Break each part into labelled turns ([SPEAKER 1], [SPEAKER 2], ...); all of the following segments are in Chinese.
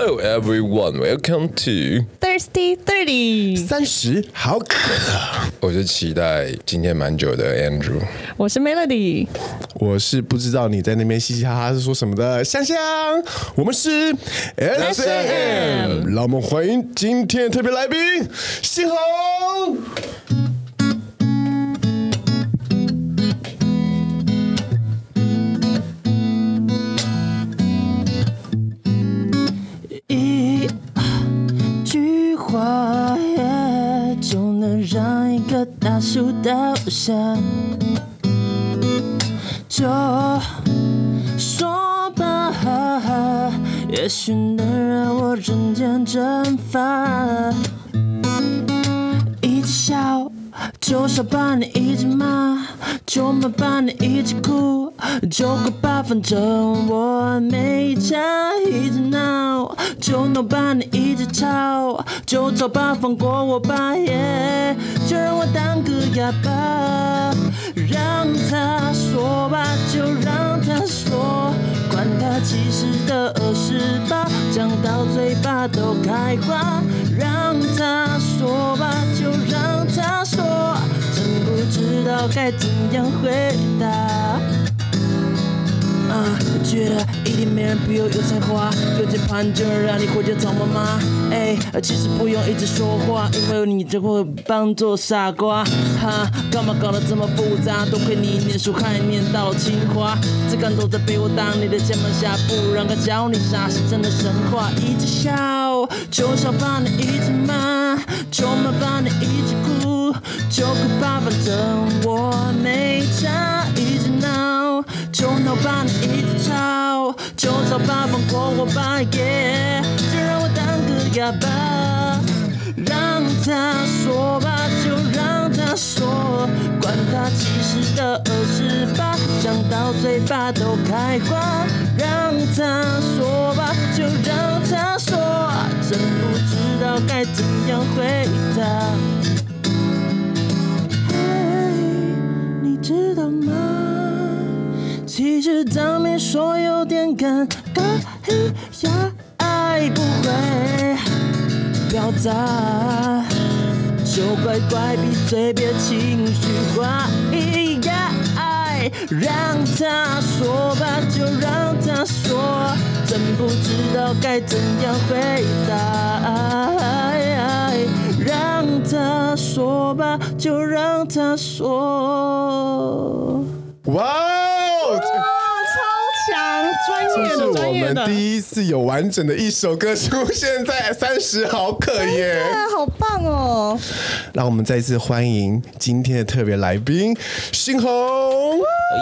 [SPEAKER 1] everyone, welcome to
[SPEAKER 2] Thirsty Thirty，
[SPEAKER 3] 三十好渴，
[SPEAKER 1] 我是期待今天蛮久的 Andrew。
[SPEAKER 2] 我是 Melody。
[SPEAKER 3] 我是不知道你在那边嘻嘻哈哈是说什么的。香香，我们是 S M，让我们欢迎今天的特别来宾新红。
[SPEAKER 4] 一句话就能让一个大叔倒下，就说吧，也许能让我人间蒸发。一直笑，就想把你一直骂，就没把你一直哭，就哭吧，反正我没差。一直闹，就能把你一直吵，就走吧，放过我吧，耶，就让我当个哑巴，让他说吧，就让他说。管他七十的二十八，讲到嘴巴都开花，让他说吧，就让他说，真不知道该怎样回答。啊，我觉得一定没人比我有才华，有这盘就能让你活着草妈妈。哎，其实不用一直说话，因为你这会帮做傻瓜。哈，干嘛搞得这么复杂？多亏你念书，害念到了清华。这感动在被我当你的键盘侠，不然该教你啥是真的神话。一直笑，就想把你一直骂，就麻烦你一直哭，就哭吧，反正我没差。一直闹，就闹吧，你一直吵，就吵吧，放过我吧，耶、就让我当个哑巴，让他说吧，就让他说，管他七十的二十八，讲到嘴巴都开花，让他说吧，就让他说，真不知道该怎样回答。嘿，你知道吗？其实当面说有点尴尬，嘿呀，爱不会表达，就乖乖闭嘴，别情绪化。嘿呀，爱让他说吧，就让他说，真不知道该怎样回答。让他说吧，就让他说。
[SPEAKER 3] 哇哦！
[SPEAKER 2] 超强，专
[SPEAKER 3] 这
[SPEAKER 2] 业
[SPEAKER 3] 是
[SPEAKER 2] 的，
[SPEAKER 3] 我
[SPEAKER 2] 专业
[SPEAKER 3] 们
[SPEAKER 2] 的，
[SPEAKER 3] 第一次有完整的一首歌出现在三十好渴耶！
[SPEAKER 2] 啊，好棒哦！
[SPEAKER 3] 让我们再次欢迎今天的特别来宾新红。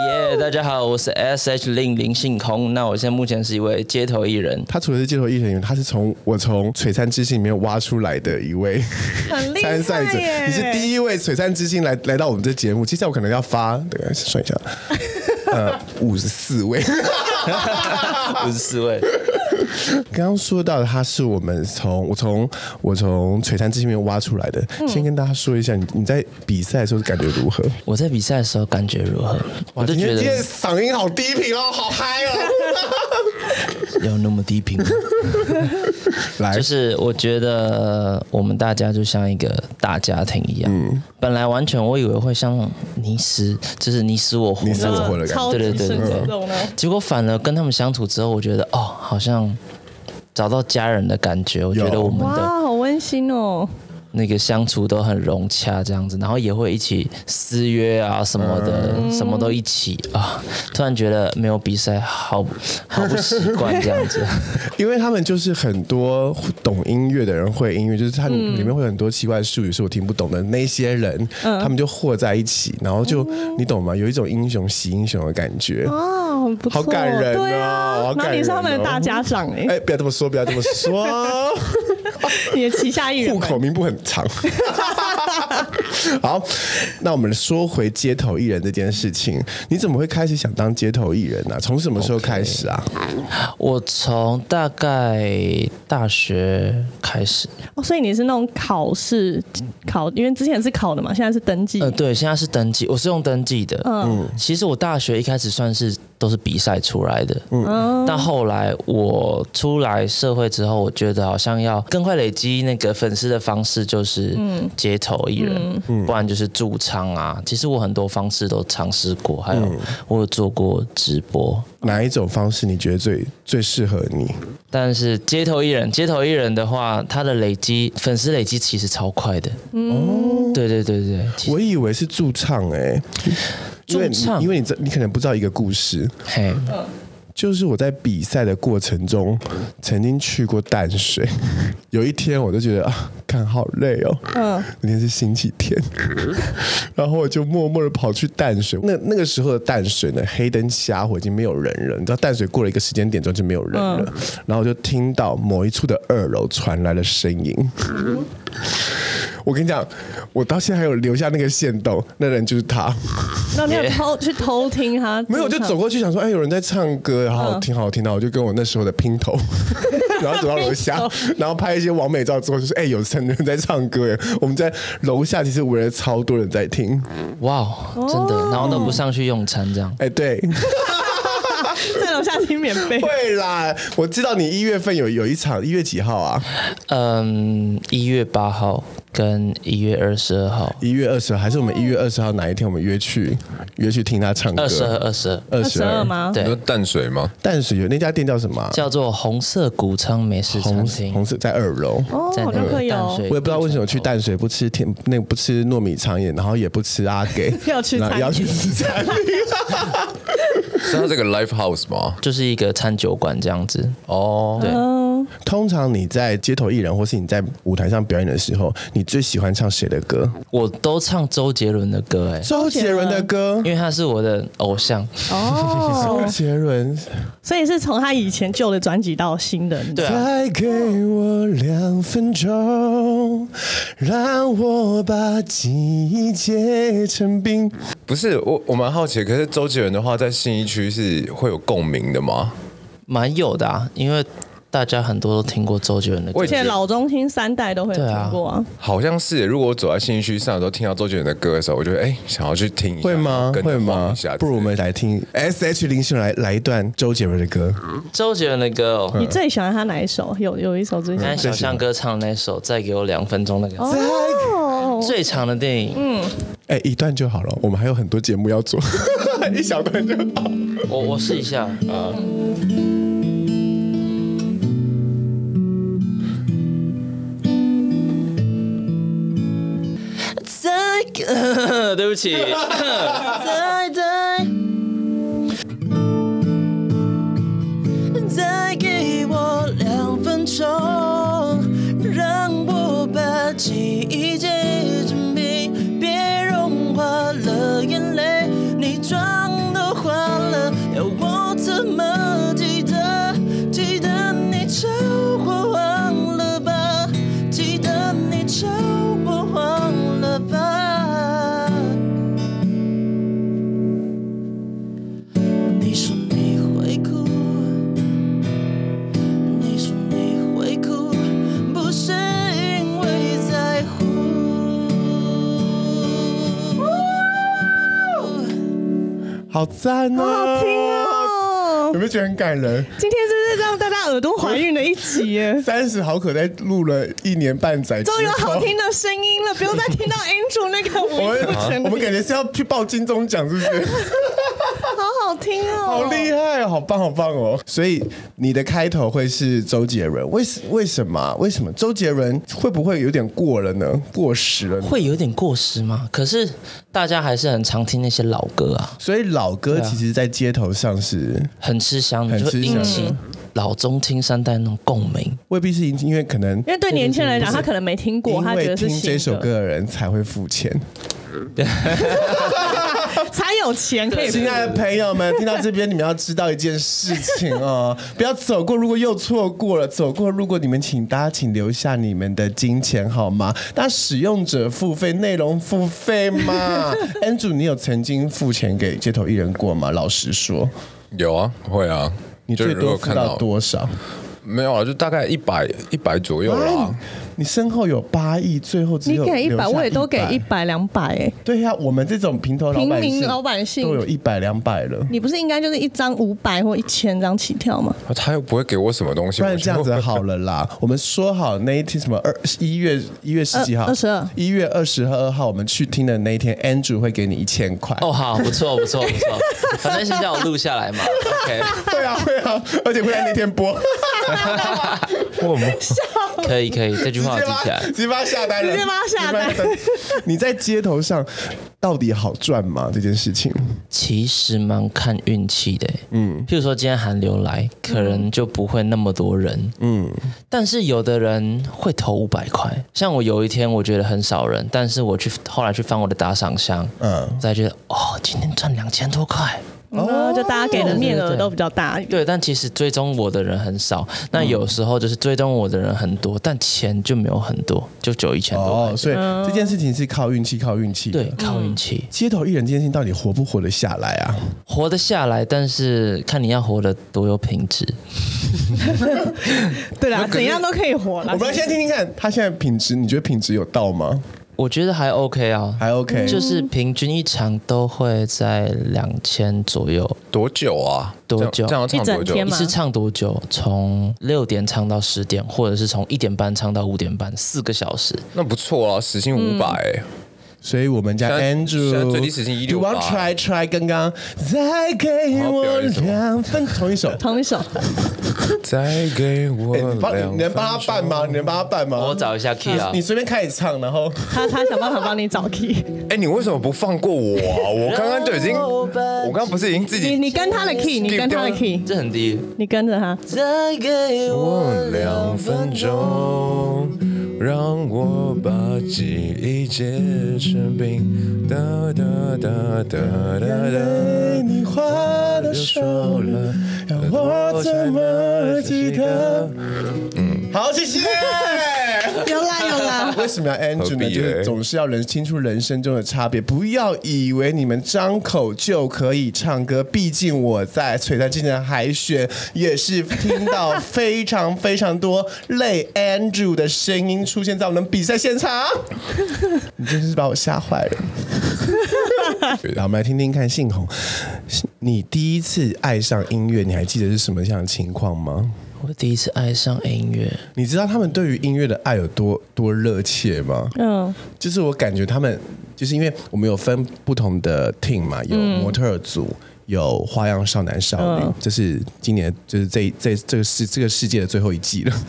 [SPEAKER 5] 耶大家好，我是 S H 零零性空。那我现在目前是一位街头艺人，
[SPEAKER 3] 他除了是街头艺人，他是从我从璀璨之星里面挖出来的一位
[SPEAKER 2] 很厉害
[SPEAKER 3] 参赛者。
[SPEAKER 2] 耶
[SPEAKER 3] 你是第一位璀璨之星来来到我们这节目，接下来我可能要发，等一下算一 下，呃，五十四位。
[SPEAKER 5] 五十四位。
[SPEAKER 3] 刚刚说到的，他是我们从我从我从璀璨之星里面挖出来的。
[SPEAKER 2] 嗯
[SPEAKER 3] 先跟大家说一下，你你在比赛的时候感觉如何？
[SPEAKER 5] 我在比赛的时候感觉如何？我就
[SPEAKER 3] 今
[SPEAKER 5] 觉
[SPEAKER 3] 天今天
[SPEAKER 5] 得
[SPEAKER 3] 嗓音好低频哦，好 嗨哦！
[SPEAKER 5] 有那么低频吗，
[SPEAKER 3] 来，
[SPEAKER 5] 就是我觉得我们大家就像一个大家庭一样。本来完全我以为会像你死，就是你死我活
[SPEAKER 3] 你
[SPEAKER 5] 那
[SPEAKER 3] 死我活
[SPEAKER 5] 种，
[SPEAKER 3] 的感
[SPEAKER 2] 超
[SPEAKER 3] 觉。
[SPEAKER 5] 对
[SPEAKER 2] 级
[SPEAKER 5] 对对
[SPEAKER 2] 神
[SPEAKER 5] 对
[SPEAKER 2] 这种的，
[SPEAKER 5] 结果反而跟他们相处之后，我觉得哦，好像找到家人的感觉。我觉得
[SPEAKER 3] 有
[SPEAKER 5] 我们的
[SPEAKER 2] 哇，好温馨哦！
[SPEAKER 5] 那个相处都很融洽这样子，然后也会一起私约啊什么的，什么都一起啊。突然觉得没有比赛好好不习惯这样子，
[SPEAKER 3] 因为他们就是很多懂音乐的人会音乐，就是他们里面会有很多奇怪的术语是我听不懂的那些人，他们就和在一起，然后就、你懂吗？有一种英雄惜英雄的感觉。
[SPEAKER 2] 啊，很不错，
[SPEAKER 3] 好感人哦
[SPEAKER 2] 对啊
[SPEAKER 3] 好，
[SPEAKER 2] 然
[SPEAKER 3] 感人哦
[SPEAKER 2] 后你是他们的大家长哎、
[SPEAKER 3] 哎，不要这么说，不要这么说，
[SPEAKER 2] 你的旗下艺人欸
[SPEAKER 3] 户
[SPEAKER 2] 们
[SPEAKER 3] 口名簿很长。 好，那我们说回街头艺人这件事情，你怎么会开始想当街头艺人呢、啊从什么时候开始啊
[SPEAKER 5] 我从大概大学开始，
[SPEAKER 2] 哦，所以你是那种考试考，因为之前是考
[SPEAKER 5] 呃
[SPEAKER 2] 的嘛，现在是登记。
[SPEAKER 5] 呃，对，现在是登记，我是用登记的。嗯，其实我大学一开始算是都是比赛出来的。嗯，但后来我出来社会之后，我觉得好像要更快累积那个粉丝的方式就是街头艺人，不然就是驻唱啊。其实我很多方式都尝试过，还有我有做过直播。
[SPEAKER 3] 哪一种方式你觉得最最适合你？
[SPEAKER 5] 但是街头艺人，街头艺人的话，他的累积粉丝累积其实超快的。嗯，对对对对，其实
[SPEAKER 3] 我以为是驻唱哎、因为你
[SPEAKER 5] 驻唱
[SPEAKER 3] 因为你这你可能不知道一个故事，
[SPEAKER 5] 嘿，
[SPEAKER 3] 就是我在比赛的过程中曾经去过淡水， 有一天我就觉得啊，看好累哦，嗯，那天是星期天， 然后我就默默的跑去淡水。那那个时候的淡水呢，黑灯瞎火，已经没有人了。你知道淡水过了一个时间点之后就没有人了，然后我就听到某一处的二楼传来了声音。 我跟你讲，我到现在还有留下那个线动，那人就是他。
[SPEAKER 2] 那你有偷去偷听他？
[SPEAKER 3] 没有，我就走过去想说，哎，有人在唱歌，好好听，好好听。然后我就跟我那时候的姘 头，然后走到楼下，然后拍一些完美照之后，就说，哎，有真人在唱歌耶。我们在楼下其实围了超多人在听，
[SPEAKER 5] 哇，真的，
[SPEAKER 2] 哦
[SPEAKER 5] 然后都不上去用餐这样。
[SPEAKER 3] 哎， 对。
[SPEAKER 2] 在楼下听免费。
[SPEAKER 3] 会啦，我知道你一月份有有一场，一月几号啊？
[SPEAKER 5] 嗯，一月八号跟一月二十二号，
[SPEAKER 3] 一月二十，还是我们一月二十号哪一天我们约去约去听他唱歌？
[SPEAKER 5] 二十二二十二，
[SPEAKER 3] 二啊
[SPEAKER 2] 二十二？吗？
[SPEAKER 1] 你
[SPEAKER 5] 对，
[SPEAKER 1] 说淡水吗？
[SPEAKER 3] 淡水有那家店叫什么啊、
[SPEAKER 5] 叫做红色谷仓美食餐
[SPEAKER 3] 红
[SPEAKER 5] 厅
[SPEAKER 3] 红，色在二楼。
[SPEAKER 2] 哦，
[SPEAKER 5] 在
[SPEAKER 2] 好
[SPEAKER 5] 那
[SPEAKER 2] 像可
[SPEAKER 5] 个
[SPEAKER 2] 以
[SPEAKER 5] 淡
[SPEAKER 2] 哦。
[SPEAKER 5] 水，
[SPEAKER 3] 我也不知道为什么去。淡水不吃甜，那个不吃糯米肠也，然后也不吃阿给，
[SPEAKER 2] 要去餐
[SPEAKER 3] 然后
[SPEAKER 2] 厅
[SPEAKER 3] 要去吃餐厅。
[SPEAKER 1] 是它这个 live house 吗？
[SPEAKER 5] 哦就是一个餐酒馆这样子，
[SPEAKER 1] 哦，
[SPEAKER 5] 对，
[SPEAKER 2] 嗯
[SPEAKER 3] 通常你在街头艺人或是你在舞台上表演的时候，你最喜欢唱谁的歌？
[SPEAKER 5] 我都唱周杰伦的歌哎，
[SPEAKER 3] 周杰伦的歌。
[SPEAKER 5] 因为他是我的偶像，
[SPEAKER 3] 周
[SPEAKER 2] 哦，
[SPEAKER 3] 杰伦，
[SPEAKER 2] 所以是从他以前旧的专辑到新的，
[SPEAKER 5] 对啊，
[SPEAKER 3] 再给我两分钟，让我把记忆结成冰。
[SPEAKER 1] 不是，我我蛮好奇的，可是周杰伦的话，在信义区是会有共鸣的吗？
[SPEAKER 5] 蛮有的啊，因为大家很多都听过周杰伦的歌
[SPEAKER 1] 我
[SPEAKER 2] 而
[SPEAKER 1] 也觉
[SPEAKER 2] 且
[SPEAKER 1] 得
[SPEAKER 2] 老中青三代都会有
[SPEAKER 5] 对啊
[SPEAKER 2] 听过啊。
[SPEAKER 1] 好像是。如果我走在信义区上的时候，听到周杰伦的歌的时候，我就会哎、想要去听一下，
[SPEAKER 3] 会
[SPEAKER 1] 然后
[SPEAKER 3] 吗？
[SPEAKER 1] 跟着
[SPEAKER 3] 会
[SPEAKER 1] 晃
[SPEAKER 3] 吗
[SPEAKER 1] 一下？
[SPEAKER 3] 不如我们来听 S H 林秀来来一段周杰伦的歌。
[SPEAKER 5] 周杰伦的歌哦，
[SPEAKER 3] 嗯
[SPEAKER 2] 你最喜欢他哪一首？有有一首最喜
[SPEAKER 5] 刚才
[SPEAKER 2] 欢。
[SPEAKER 5] 小象哥唱的那首《再给我两分钟》那个
[SPEAKER 2] 哦，嗯
[SPEAKER 5] 最长的电影，
[SPEAKER 3] 哎、一段就好了，我们还有很多节目要做， 一小段就好。
[SPEAKER 5] 我我试一下，再给，哎呃对不起，再再再给我两分钟，让我把记忆结成冰，别融化了眼泪，你妆都花了，要我怎么记得？记得你叫我忘了吧，记得你叫我忘了吧。你说你会哭，你说你会哭，不是因为在乎。
[SPEAKER 3] 好赞哦、
[SPEAKER 2] 好听哦
[SPEAKER 3] 有！没有觉得很感人？
[SPEAKER 2] 今天是不是让大家耳朵怀孕的一集耶？
[SPEAKER 3] 三十好可在录了一年半载，
[SPEAKER 2] 终于有好。听的声音了，不用再听到 Andrew 那个
[SPEAKER 3] 我
[SPEAKER 2] 五音不
[SPEAKER 3] 们
[SPEAKER 2] 全的
[SPEAKER 3] 啊我，们感觉是要去报金钟奖，是不是？
[SPEAKER 2] 好好听哦，
[SPEAKER 3] 好厉害，好棒，好棒哦！所以你的开头会是周杰伦，为什为什么啊？为什么周杰伦会不会有点过了呢？过时了呢？
[SPEAKER 5] 会有点过时吗？可是大家还是很常听那些老歌啊，
[SPEAKER 3] 所以老歌
[SPEAKER 5] 啊
[SPEAKER 3] 其实，在街头上是
[SPEAKER 5] 很吃香，
[SPEAKER 3] 很
[SPEAKER 5] 就
[SPEAKER 3] 吃香
[SPEAKER 5] 引起老中青三代那种共鸣。
[SPEAKER 3] 未必是因因为可能
[SPEAKER 2] 因为对年轻人来讲，他可能没听过，
[SPEAKER 3] 因
[SPEAKER 2] 他觉
[SPEAKER 3] 为
[SPEAKER 2] 得是
[SPEAKER 3] 听
[SPEAKER 2] 新
[SPEAKER 3] 这首歌的人才会付钱。
[SPEAKER 2] 的才有钱可 以
[SPEAKER 3] 亲爱的朋友们，听到这边，你们要知道一件事情 哦，不要走过，如果又错过了，走过路过，你们请大家请留下你们的金钱好吗？那使用者付费，内容付费 嘛。Andrew，你有曾经付钱给街头艺人过吗？老实说，
[SPEAKER 1] 有啊，会啊。
[SPEAKER 3] 你
[SPEAKER 1] 就
[SPEAKER 3] 最
[SPEAKER 1] 如
[SPEAKER 3] 多
[SPEAKER 1] 果
[SPEAKER 3] 付
[SPEAKER 1] 看
[SPEAKER 3] 到多少？
[SPEAKER 1] 没有啊，就大概一百一百左右啦。
[SPEAKER 3] 哎你身后有八亿，最后只
[SPEAKER 2] 你
[SPEAKER 3] 有
[SPEAKER 2] 给一
[SPEAKER 3] 留
[SPEAKER 2] 百，
[SPEAKER 3] 下
[SPEAKER 2] 我也都给一
[SPEAKER 3] 100。
[SPEAKER 2] 百两百哎，
[SPEAKER 3] 对呀、我们这种平头老百姓、
[SPEAKER 2] 平民老百姓
[SPEAKER 3] 都有一百两百了。
[SPEAKER 2] 你不是应该就是一张五百或一千张起跳吗？
[SPEAKER 1] 他又不会给我什么东西，
[SPEAKER 3] 不然
[SPEAKER 1] 我就
[SPEAKER 3] 这样子啊好了啦， 我们说好那一天什么二一月一月十几号，
[SPEAKER 2] 二22
[SPEAKER 3] 一月二十和二号我们去听的那一天，Andrew 会给你一千块。
[SPEAKER 5] 哦，好，不错，不错，不错，反正先叫我录下来嘛。OK，
[SPEAKER 3] 对 啊，会啊，而且会在那天播，
[SPEAKER 1] 我们
[SPEAKER 5] 可以，可以，这句
[SPEAKER 3] 直
[SPEAKER 5] 话我
[SPEAKER 3] 接
[SPEAKER 5] 记起
[SPEAKER 3] 把
[SPEAKER 5] 来。
[SPEAKER 3] 直接把他下单了，
[SPEAKER 2] 直接把他下单
[SPEAKER 3] 直接把他下单。你在街头上到底好赚吗？这件事情，
[SPEAKER 5] 其实蛮看运气的，嗯，譬如说今天寒流来，可能就不会那么多人，
[SPEAKER 3] 嗯，
[SPEAKER 5] 但是有的人会投五百块。像我有一天我觉得很少人，但是我去后来去翻我的打赏箱，
[SPEAKER 3] 嗯
[SPEAKER 5] 嗯，再觉得哦，今天赚两千多块，
[SPEAKER 2] 哦，就大家给的面
[SPEAKER 5] 对对
[SPEAKER 2] 额
[SPEAKER 5] 对
[SPEAKER 2] 都比较大一点。
[SPEAKER 5] 对，但其实追踪我的人很少。那有时候就是追踪我的人很多，但钱就没有很多，就只有一千多块。
[SPEAKER 3] 哦，嗯所以这件事情是靠运气，靠运气。
[SPEAKER 5] 对，，靠运气、
[SPEAKER 3] 街头艺人这件事情到底活不活得下来啊？
[SPEAKER 5] 活得下来，但是看你要活得多有品质。
[SPEAKER 2] 对啦，怎样都可以活啦
[SPEAKER 3] 我。们来先听听看，他现在品质，你觉得品质有到吗？
[SPEAKER 5] 我觉得还 OK 啊，
[SPEAKER 3] 还 OK，
[SPEAKER 5] 就是平均一场都会在两千左右。
[SPEAKER 1] 多久啊？
[SPEAKER 5] 多
[SPEAKER 1] 这样
[SPEAKER 5] 久
[SPEAKER 1] 这样要唱
[SPEAKER 2] 一整
[SPEAKER 1] 多久？
[SPEAKER 2] 天
[SPEAKER 5] 一
[SPEAKER 2] 吗
[SPEAKER 5] 次唱多久？从六点唱到十点，或者是从一点半唱到五点半，四个小时。
[SPEAKER 1] 那不错啊，时薪
[SPEAKER 2] 嗯
[SPEAKER 1] 五百，
[SPEAKER 3] 所以我们家
[SPEAKER 1] 现在
[SPEAKER 3] Andrew
[SPEAKER 1] 现在最低时薪168
[SPEAKER 3] Do you want try try 刚刚再给我两分，同一首。
[SPEAKER 2] 同一首，
[SPEAKER 1] 再给我
[SPEAKER 3] 哎你帮
[SPEAKER 1] 两
[SPEAKER 3] 你能帮他办
[SPEAKER 1] 嗯
[SPEAKER 3] 吗？你能帮他办吗？
[SPEAKER 5] 我找一下 key 啊
[SPEAKER 3] 你，随便开始唱，然后
[SPEAKER 2] 他他想办法帮你找 key。
[SPEAKER 1] 哎，你为什么不放过我啊？我刚刚就 已经，我刚刚不是已经自
[SPEAKER 2] 你
[SPEAKER 1] 己
[SPEAKER 2] 你跟 他的 key，你跟他的 key，
[SPEAKER 5] 这很低。
[SPEAKER 2] 你跟着他。
[SPEAKER 5] 再给
[SPEAKER 1] 我两分钟，让我把记忆结成冰，哒哒哒哒哒
[SPEAKER 3] 对
[SPEAKER 1] 哒。
[SPEAKER 3] 你花的手了，让我怎么记得？嗯，好，谢谢。
[SPEAKER 2] 有啦有啦，
[SPEAKER 3] 为什么要 Andrew
[SPEAKER 1] 何
[SPEAKER 3] 呢？
[SPEAKER 1] 必哎
[SPEAKER 3] 就
[SPEAKER 1] 耶
[SPEAKER 3] 是总是要人清楚人生中的差别，不要以为你们张口就可以唱歌。毕竟我在璀璨竞争海选也是听到非常非常多类 Andrew 的声音出现在我们比赛现 场，你真是把我吓坏了。好，我们来听听看信宏，你第一次爱上音乐，你还记得是什么样的情况吗？
[SPEAKER 5] 我第一次爱上音乐，
[SPEAKER 3] 你知道他们对于音乐的爱有多多热切吗？
[SPEAKER 2] 嗯，
[SPEAKER 3] 就是我感觉他们，就是因为我们有分不同的 team 嘛，有模特儿组，有花样少男少女，
[SPEAKER 2] 嗯
[SPEAKER 3] 这是今年就是这这这个世这个世界的最后一季了。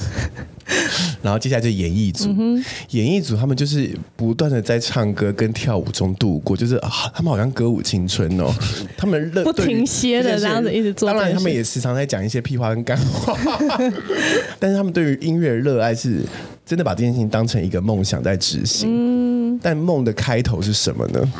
[SPEAKER 3] 然后接下来就演艺
[SPEAKER 2] 嗯
[SPEAKER 3] 组，演艺组他们就是不断的在唱歌跟跳舞中度过，就是啊，他们好像歌舞青春 哦，他们热
[SPEAKER 2] 不停歇的
[SPEAKER 3] 对于
[SPEAKER 2] 这样子一直做
[SPEAKER 3] 当然，
[SPEAKER 2] 这件事
[SPEAKER 3] 他们也时常在讲一些屁话跟干 话，但是他们对于音乐的热爱是真的把这件事情当成一个梦想在执行。但梦的开头是什么呢？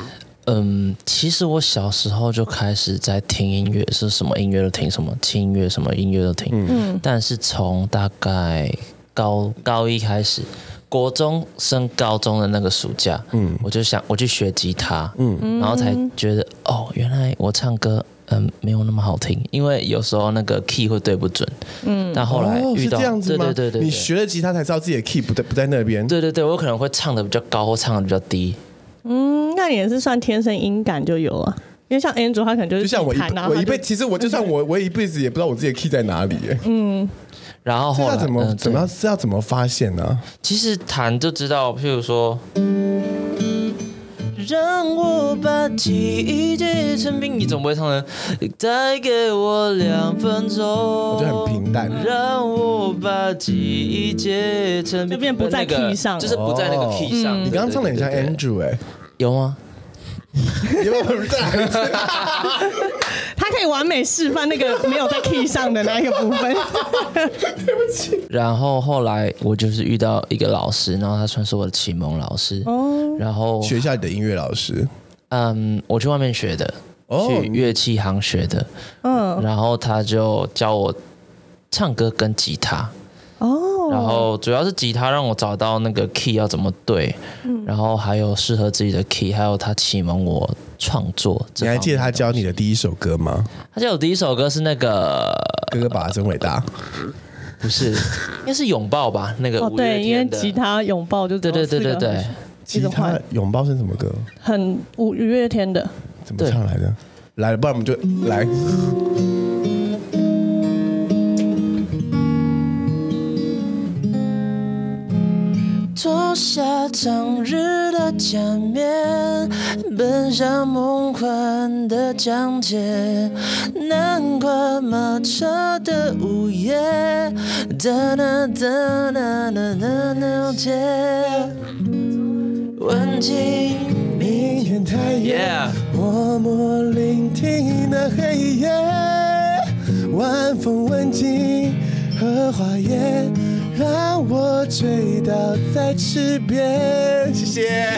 [SPEAKER 5] 嗯，其实我小时候就开始在听音乐，是什么音乐都听，什么轻音乐什么音乐都听。嗯，但是从大概高高一开始，国中升高中的那个暑假，嗯，我就想我去学吉他，嗯，然后才觉得哦，原来我唱歌。嗯，没有那么好听，因为有时候那个 key 会对不准。嗯，但后来
[SPEAKER 3] 哦，
[SPEAKER 5] 遇
[SPEAKER 3] 是
[SPEAKER 5] 到、
[SPEAKER 3] 这样子
[SPEAKER 5] 对
[SPEAKER 3] 吗？
[SPEAKER 5] 对对对，
[SPEAKER 3] 你
[SPEAKER 5] 对
[SPEAKER 3] 学了吉他才知道自己的 key 不在不在那边。
[SPEAKER 5] 对对对，我可能会唱的比较高，或唱的比较低。
[SPEAKER 2] 嗯，那你也是算天生音感就有啊。因为像 Andrew 他可能就是
[SPEAKER 3] 就像我一
[SPEAKER 2] 弹然后
[SPEAKER 3] 我
[SPEAKER 2] 他
[SPEAKER 3] 一
[SPEAKER 2] 就
[SPEAKER 3] 辈，其实我就算我我一辈子也不知道我自己的 key 在哪里耶。
[SPEAKER 5] 然嗯后
[SPEAKER 3] 这
[SPEAKER 5] 后来
[SPEAKER 3] 要怎么
[SPEAKER 5] 嗯
[SPEAKER 3] 怎
[SPEAKER 5] 对
[SPEAKER 3] 么样是要怎么发现呢？
[SPEAKER 5] 其实弹就知道，譬如说，
[SPEAKER 4] 让我把记忆结成冰。
[SPEAKER 5] 你总不会唱成再给我两分钟，
[SPEAKER 3] 我
[SPEAKER 5] 我
[SPEAKER 3] 就很平淡。
[SPEAKER 5] 让我把记忆结成冰
[SPEAKER 2] 就变不在
[SPEAKER 5] 那个
[SPEAKER 2] key 上了
[SPEAKER 5] 就是不在那个 key 上。
[SPEAKER 3] 哦嗯你刚刚唱的很像
[SPEAKER 5] 对对对对
[SPEAKER 3] Andrew 哎，
[SPEAKER 5] 有吗？
[SPEAKER 3] 你要不要再来一次？
[SPEAKER 2] 他可以完美示范那个没有在 key 上的那一个部 分。
[SPEAKER 5] 然后后来我就是遇到一个老师，然后他算是我的启蒙老师。哦，然后
[SPEAKER 3] 学校里的音乐老师，
[SPEAKER 5] 嗯，我去外面学的，
[SPEAKER 3] 哦
[SPEAKER 5] 去乐器行学的。嗯，然后他就教我唱歌跟吉他。
[SPEAKER 2] 哦，
[SPEAKER 5] 然后主要是吉他让我找到那个 key 要怎么对，然后还有适合自己的 key，还有他启蒙我创作
[SPEAKER 3] 你
[SPEAKER 5] 这方面。
[SPEAKER 3] 还记得他教你的第一首歌吗？
[SPEAKER 5] 他记得我第一首歌是那个
[SPEAKER 3] 哥哥爸爸真伟大，
[SPEAKER 5] 不是，应该是拥抱吧？那个
[SPEAKER 2] 哦，
[SPEAKER 5] 五月
[SPEAKER 2] 对，因为
[SPEAKER 5] 天的，
[SPEAKER 2] 吉他拥抱就
[SPEAKER 5] 对对对对对，
[SPEAKER 2] 一
[SPEAKER 3] 吉
[SPEAKER 2] 种
[SPEAKER 3] 他
[SPEAKER 2] 换
[SPEAKER 3] 拥抱是什么歌？
[SPEAKER 2] 很五月天的，
[SPEAKER 3] 怎么
[SPEAKER 5] 对
[SPEAKER 3] 唱来的？来，不然我们就来。
[SPEAKER 4] 脱下长日的假面，奔向梦幻的疆界，南瓜马车的午夜，哒哒哒哒哒哒哒街，温情
[SPEAKER 3] 明天太夜
[SPEAKER 5] Yeah，
[SPEAKER 3] 默默聆听那黑夜，晚风吻尽荷花叶，让我醉倒在池边。谢谢，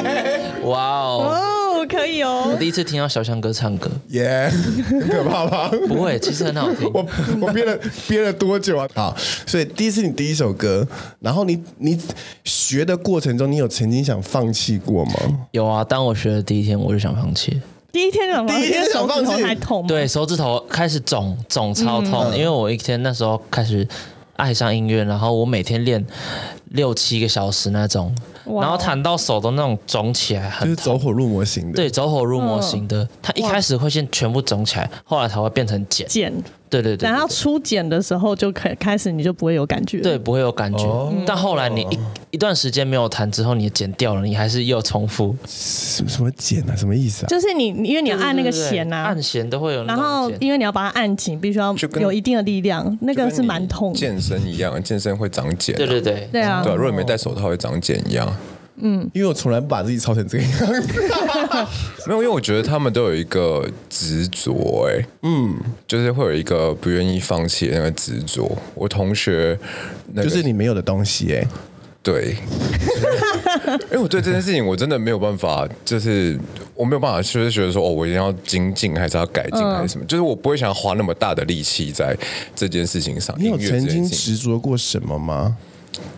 [SPEAKER 5] 哇哦！
[SPEAKER 2] 哦，可以
[SPEAKER 5] 我
[SPEAKER 2] 哦，
[SPEAKER 5] 第一次听到小象哥唱歌，
[SPEAKER 3] 耶、很可怕吧？
[SPEAKER 5] 不会，其实很好听。
[SPEAKER 3] 我我憋了憋了多久啊？好，所以第一次你第一首歌，然后你你学的过程中，你有曾经想放弃过吗？
[SPEAKER 5] 有啊，当我学的第一天，我就想放弃。
[SPEAKER 2] 第一天想放弃，
[SPEAKER 3] 第一天想
[SPEAKER 2] 手
[SPEAKER 3] 放
[SPEAKER 2] 指
[SPEAKER 3] 弃
[SPEAKER 2] 头还痛吗？
[SPEAKER 5] 对手指头开始肿，肿超
[SPEAKER 2] 嗯
[SPEAKER 5] 痛，因为我一天那时候开始爱上音乐，然后我每天练六七个小时那种，
[SPEAKER 2] 哇
[SPEAKER 5] 然后弹到手都那种肿起来，
[SPEAKER 3] 就
[SPEAKER 1] 嗯
[SPEAKER 5] 很
[SPEAKER 3] 是走火入魔型的。
[SPEAKER 5] 对，走火入魔型
[SPEAKER 2] 嗯
[SPEAKER 5] 的。它一开始会先全部肿起来，后来才会变成茧。
[SPEAKER 2] 剪，
[SPEAKER 5] 对对对
[SPEAKER 2] 然后
[SPEAKER 5] 对
[SPEAKER 2] 初剪的时候就开开始你就不会有感觉，
[SPEAKER 5] 对，不会有感觉。
[SPEAKER 3] 哦
[SPEAKER 5] 但后来你一一段时间没有弹之后，你剪掉了，你还是又重复。
[SPEAKER 3] 什么什么茧啊？什么意思啊？
[SPEAKER 2] 就是你你因为你要按那个
[SPEAKER 5] 对对对
[SPEAKER 2] 弦啊，
[SPEAKER 5] 按弦都会有那
[SPEAKER 2] 然
[SPEAKER 5] 种
[SPEAKER 2] 后
[SPEAKER 5] 茧
[SPEAKER 2] 因为你要把它按紧，必须要
[SPEAKER 1] 就跟
[SPEAKER 2] 有一定的力量，那个是蛮痛的。
[SPEAKER 1] 健身一样，健身会长茧、啊。
[SPEAKER 5] 对对对，
[SPEAKER 2] 对啊
[SPEAKER 1] 对，啊，如果你没戴手套会长茧一样。
[SPEAKER 3] 因为我从来不把自己操成这个样子。
[SPEAKER 1] 没有，因为我觉得他们都有一个执着、哎，嗯，就是会有一个不愿意放弃的那个执着。我同学、那个
[SPEAKER 3] 就是你没有的东西哎、
[SPEAKER 1] 对，因为我对这件事情我真的没有办法，就是我没有办法，就是觉得说哦，我一定要精进，还是要改进，
[SPEAKER 3] 嗯
[SPEAKER 1] 还是什么？就是我不会想要花那么大的力气在这件事情上。
[SPEAKER 3] 你有
[SPEAKER 1] 音乐这
[SPEAKER 3] 曾
[SPEAKER 1] 件
[SPEAKER 3] 经
[SPEAKER 1] 事情
[SPEAKER 3] 执着过什么吗？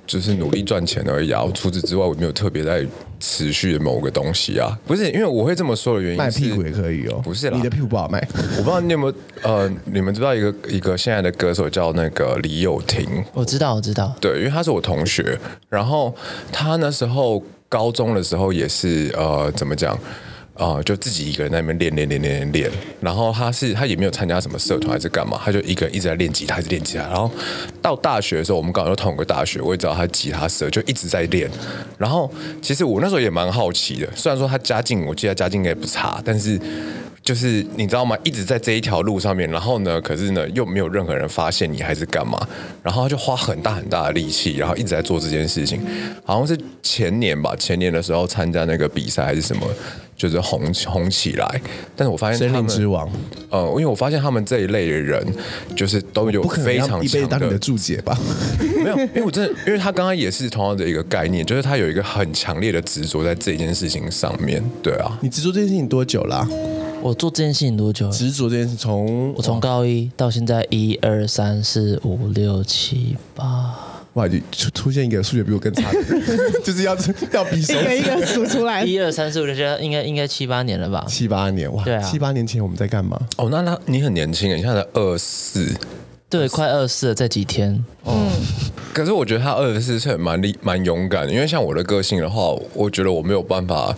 [SPEAKER 1] 就是努力赚钱而已啊。除此之外，我没有特别在持续某个东西啊。不是，因为我会这么说的原
[SPEAKER 3] 卖
[SPEAKER 1] 因
[SPEAKER 3] 屁
[SPEAKER 1] 是，
[SPEAKER 3] 股也可以哦、
[SPEAKER 1] 不是啦
[SPEAKER 3] 你的屁股不好卖。
[SPEAKER 1] 我不知道你有没有呃，你们知道一个一个现在的歌手叫那个李友廷，
[SPEAKER 5] 我知道我知道。
[SPEAKER 1] 对，因为他是我同学，然后他那时候高中的时候也是呃，怎么讲？呃，就自己一个人在那边练练练练练练，然后他是他也没有参加什么社团还是干嘛，他就一个人一直在练吉他，一直练吉他。然后到大学的时候，我们刚好都同个大学，我也知道他吉他社就一直在练。然后其实我那时候也蛮好奇的，虽然说他家境，我记得他家境应该也不差，但是就是你知道吗？一直在这一条路上面，然后呢，可是呢又没有任何人发现你还是干嘛，然后他就花很大很大的力气，然后一直在做这件事情。好像是前年吧，前年的时候参加那个比赛还是什么，就是红红起来。但是我发现
[SPEAKER 3] 森
[SPEAKER 1] 他
[SPEAKER 3] 林
[SPEAKER 1] 们
[SPEAKER 3] 之王，
[SPEAKER 1] 呃，因为我发现他们这一类的人，就是都有
[SPEAKER 3] 不可能
[SPEAKER 1] 非
[SPEAKER 3] 要
[SPEAKER 1] 常
[SPEAKER 3] 一辈
[SPEAKER 1] 强
[SPEAKER 3] 子当你的注解吧？
[SPEAKER 1] 没有，因为我真的，因为他刚刚也是同样的一个概念，就是他有一个很强烈的执着在这件事情上面。对啊，
[SPEAKER 3] 你执着这件事情多久啊啦、
[SPEAKER 5] 我做这件事情多久了？
[SPEAKER 3] 执着这件事从
[SPEAKER 5] 我从高一到现在，一二三四五六七八，
[SPEAKER 3] 哇，你出出现一个数学比我更差的人， 就是要要比手
[SPEAKER 2] 一个一
[SPEAKER 3] 指。
[SPEAKER 2] 个数出来，
[SPEAKER 5] 一二三四五六七，八，应该应该哎七八年了吧？
[SPEAKER 3] 七八年哇，
[SPEAKER 5] 对啊
[SPEAKER 3] 七八年前我们在干嘛？
[SPEAKER 1] 哦，那他你很年轻，欸你现在二四，
[SPEAKER 5] 对，快二十四了，这几天
[SPEAKER 1] 可是我觉得他二十四岁蛮厉蛮勇敢的，因为像我的个性的话，我觉得我没有办法，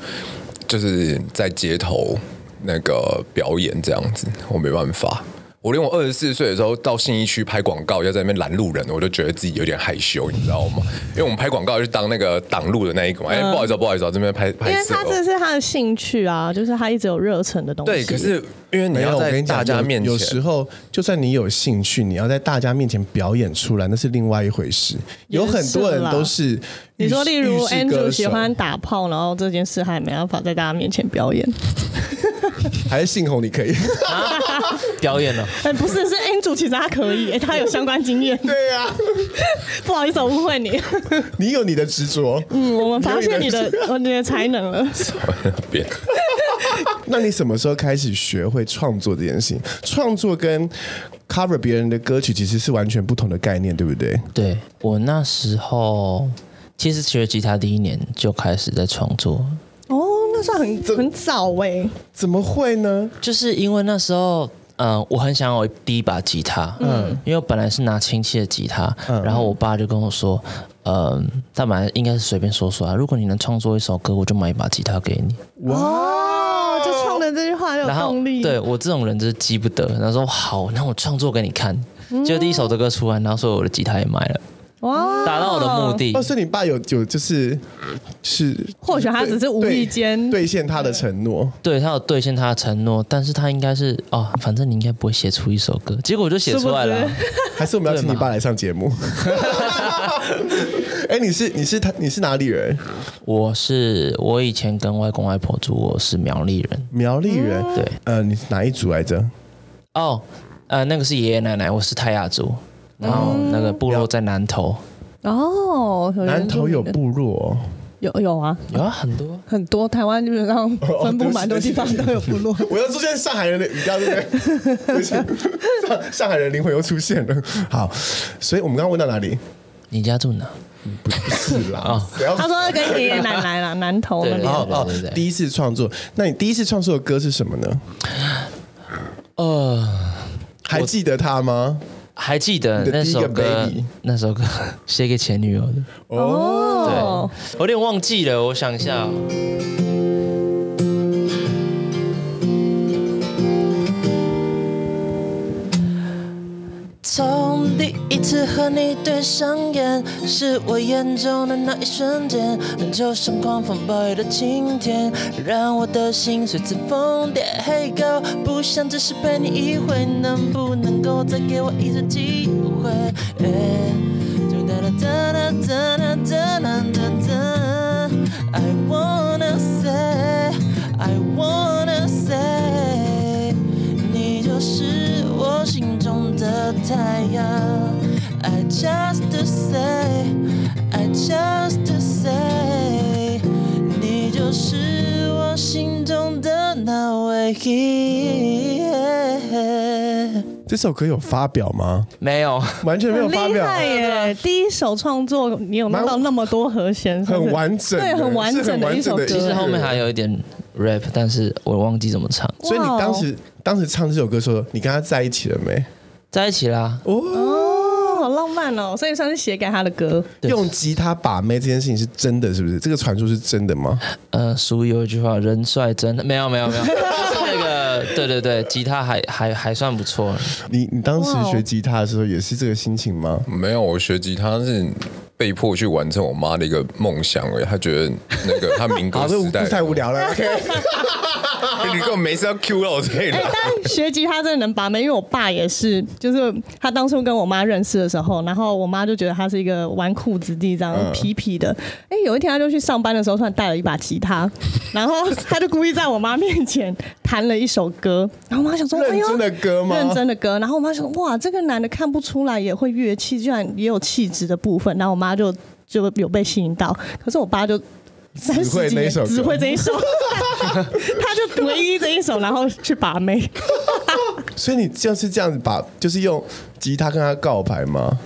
[SPEAKER 1] 就是在街头那个表演这样子，我没办法。我连我二十四岁的时候到信义区拍广告，要在那边拦路人，我都觉得自己有点害羞，你知道吗？因为我们拍广告就是当那个挡路的那一个嘛，哎、不好意思哦，不好意思哦，这边拍拍
[SPEAKER 2] 因为
[SPEAKER 1] 摄
[SPEAKER 2] 他
[SPEAKER 1] 哦。
[SPEAKER 2] 这是他的兴趣啊，就是他一直有热忱的东西。
[SPEAKER 1] 对，可是因为你
[SPEAKER 3] 没有，
[SPEAKER 1] 要
[SPEAKER 3] 我
[SPEAKER 1] 在
[SPEAKER 3] 跟你讲
[SPEAKER 1] 大家
[SPEAKER 3] 有
[SPEAKER 1] 面前，
[SPEAKER 3] 有 时候就算你有兴趣，你要在大家面前表演出来，那是另外一回事。
[SPEAKER 2] 也
[SPEAKER 3] 有很多人
[SPEAKER 2] 是啦
[SPEAKER 3] 都是
[SPEAKER 2] 你说，例如
[SPEAKER 3] 浴室歌
[SPEAKER 2] Andrew
[SPEAKER 3] 手
[SPEAKER 2] 喜欢 打炮，然后这件事还没办法在大家面前表演。
[SPEAKER 3] 还是信红，你可以。
[SPEAKER 5] 表演了。
[SPEAKER 2] 哎，不是，是 Andrew 其实他可以，哎，他有相关经验。
[SPEAKER 3] 对呀、啊，
[SPEAKER 2] 不好意思，我误会你。
[SPEAKER 3] 你有你的执着。
[SPEAKER 2] 嗯，我们发现你的呃你的才能了。
[SPEAKER 1] 那边
[SPEAKER 3] 那你什么时候开始学会创作这件事情？创作跟 cover 别人的歌曲其实是完全不同的概念，对不对？
[SPEAKER 5] 对我那时候其实学吉他第一年就开始在创作，
[SPEAKER 2] 哦，那算很很早哎。
[SPEAKER 3] 怎么会呢？
[SPEAKER 5] 就是因为那时候嗯，我很想要有第一把吉他，嗯，因为我本来是拿亲戚的吉他，然后我爸就跟我说，嗯，他本来应该是随便说说啊，如果你能创作一首歌，我就买一把吉他给你。
[SPEAKER 2] 哦，就冲着这句话就有
[SPEAKER 5] 然后
[SPEAKER 2] 动力。
[SPEAKER 5] 对我这种人就是急不得，然后说好，那我创作给你看。结果第一首的歌出来，然后所有我的吉他也买了，
[SPEAKER 2] 哇，
[SPEAKER 5] 达到我的目的
[SPEAKER 3] 哦，。所以你爸有有就是是，
[SPEAKER 2] 或许他只是无意间
[SPEAKER 3] 兑兑现他的承诺，
[SPEAKER 5] 对他有兑现他的承诺，但是他应该是哦，反正你应该不会写出一首歌，结果我就写出来了啊。
[SPEAKER 3] 还是我们要请
[SPEAKER 5] 对嘛
[SPEAKER 3] 你爸来上节 目？哎，你是你是他你是哪里人？
[SPEAKER 5] 我是我以前跟外公外婆住，我是苗栗人
[SPEAKER 3] 苗栗人。
[SPEAKER 5] 对，
[SPEAKER 3] 呃，你是哪一族来着？
[SPEAKER 5] 哦，呃，那个是爷爷奶奶，我是泰雅族，然后那个部落在南投，
[SPEAKER 2] 哦，有
[SPEAKER 3] 南
[SPEAKER 2] 原住
[SPEAKER 3] 投
[SPEAKER 2] 民
[SPEAKER 3] 有
[SPEAKER 2] 的
[SPEAKER 3] 部落哦，
[SPEAKER 2] 有有啊，
[SPEAKER 5] 有啊很多。
[SPEAKER 2] 很多台湾基本上
[SPEAKER 3] 哦
[SPEAKER 2] 分
[SPEAKER 3] 对不
[SPEAKER 2] 布
[SPEAKER 3] 起
[SPEAKER 2] 蛮多地方
[SPEAKER 3] 对不
[SPEAKER 2] 都有部落。
[SPEAKER 3] 我又出现上海人的语调，对不对？对不起上上海人灵魂又出现了。好，所以我们刚刚问到哪里？
[SPEAKER 5] 你家住哪？
[SPEAKER 3] 不是啦，不要
[SPEAKER 2] 他说要跟爷爷奶奶啦，南投那
[SPEAKER 5] 对
[SPEAKER 2] 边。
[SPEAKER 3] 哦
[SPEAKER 5] 对对
[SPEAKER 3] 哦，第一次创作，那你第一次创作的歌是什么呢？
[SPEAKER 5] 呃，
[SPEAKER 3] 还记得它吗？
[SPEAKER 5] 还记得
[SPEAKER 3] 你的
[SPEAKER 5] 那
[SPEAKER 3] 第一个
[SPEAKER 5] 首歌
[SPEAKER 3] baby，
[SPEAKER 5] 那首歌 写给前女友的，对，
[SPEAKER 2] 哦
[SPEAKER 5] 我，有点忘记了，我想一下哦。
[SPEAKER 4] 从第一次和你对上眼，是我眼中的那一瞬间，就像狂风暴雨的晴天，让我的心随此疯癫。Hey girl，不想只是陪你一回，能不能够再给我一次机会？Yeah，就哒哒哒哒哒哒哒哒哒，I wanna say，I wanna say，你就是我心中的太阳。I just to say, I just to say，你就是我心中的那唯一。
[SPEAKER 3] 这首歌有发表吗？
[SPEAKER 5] 没有，
[SPEAKER 3] 完全没有
[SPEAKER 2] 很
[SPEAKER 3] 发
[SPEAKER 2] 厉
[SPEAKER 3] 表，
[SPEAKER 2] 害耶！第一首创作你有弄到那么多和弦，是不是
[SPEAKER 3] 很完整的
[SPEAKER 2] 对，很完整的一首
[SPEAKER 3] 是很完整的
[SPEAKER 2] 歌。
[SPEAKER 5] 其实后面还有一点 rap，但是我忘记怎么唱。
[SPEAKER 3] 所以你当时
[SPEAKER 2] 哦
[SPEAKER 3] 当时唱这首歌的时候，你跟他在一起了没？
[SPEAKER 5] 在一起啦，
[SPEAKER 2] 哦，好浪漫哦，所以算是写给他的歌。
[SPEAKER 5] 对
[SPEAKER 3] 用吉他把妹这件事情是真的，是不是？这个传说是真的吗？
[SPEAKER 5] 呃，俗语有一句话，人帅真没有没有没 有，那个对对对，吉他还还还算不错，
[SPEAKER 3] 你你当时
[SPEAKER 2] 哇哦
[SPEAKER 3] 学吉他的时候也是这个心情吗？
[SPEAKER 1] 没有，我学吉他是被迫去完成我妈的一个梦想而已。她觉得那个她 民
[SPEAKER 3] 好，
[SPEAKER 1] 歌
[SPEAKER 3] 啊这
[SPEAKER 1] 时代
[SPEAKER 3] 太无，聊 了。OK，
[SPEAKER 1] 你根本没事要 Q 到我这里
[SPEAKER 2] 哎、
[SPEAKER 1] 来。
[SPEAKER 2] 但学吉他真的能把妹，因为我爸也是，就是他当初跟我妈认识的时候，然后我妈就觉得他是一个纨绔子弟，这样
[SPEAKER 3] 嗯
[SPEAKER 2] 痞痞的。哎、有一天他就去上班的时候，突然带了一把吉 他，然后他就故意在我妈面前弹了一首歌，然后我妈想说，哎
[SPEAKER 3] 认
[SPEAKER 2] 呦，
[SPEAKER 3] 真的歌吗？
[SPEAKER 2] 认真的歌。然后我妈说：“哇，这个男的看不出来也会乐器，居然也有气质的部分。”然后我妈就就有被吸引到，可是我爸就。三十
[SPEAKER 3] 会
[SPEAKER 2] 几
[SPEAKER 3] 那一
[SPEAKER 2] 年
[SPEAKER 3] 首歌
[SPEAKER 2] 只会这一首，他就唯一这一首，然后去把妹。
[SPEAKER 3] 所以你就是这样子把，就是用吉他跟他告白吗？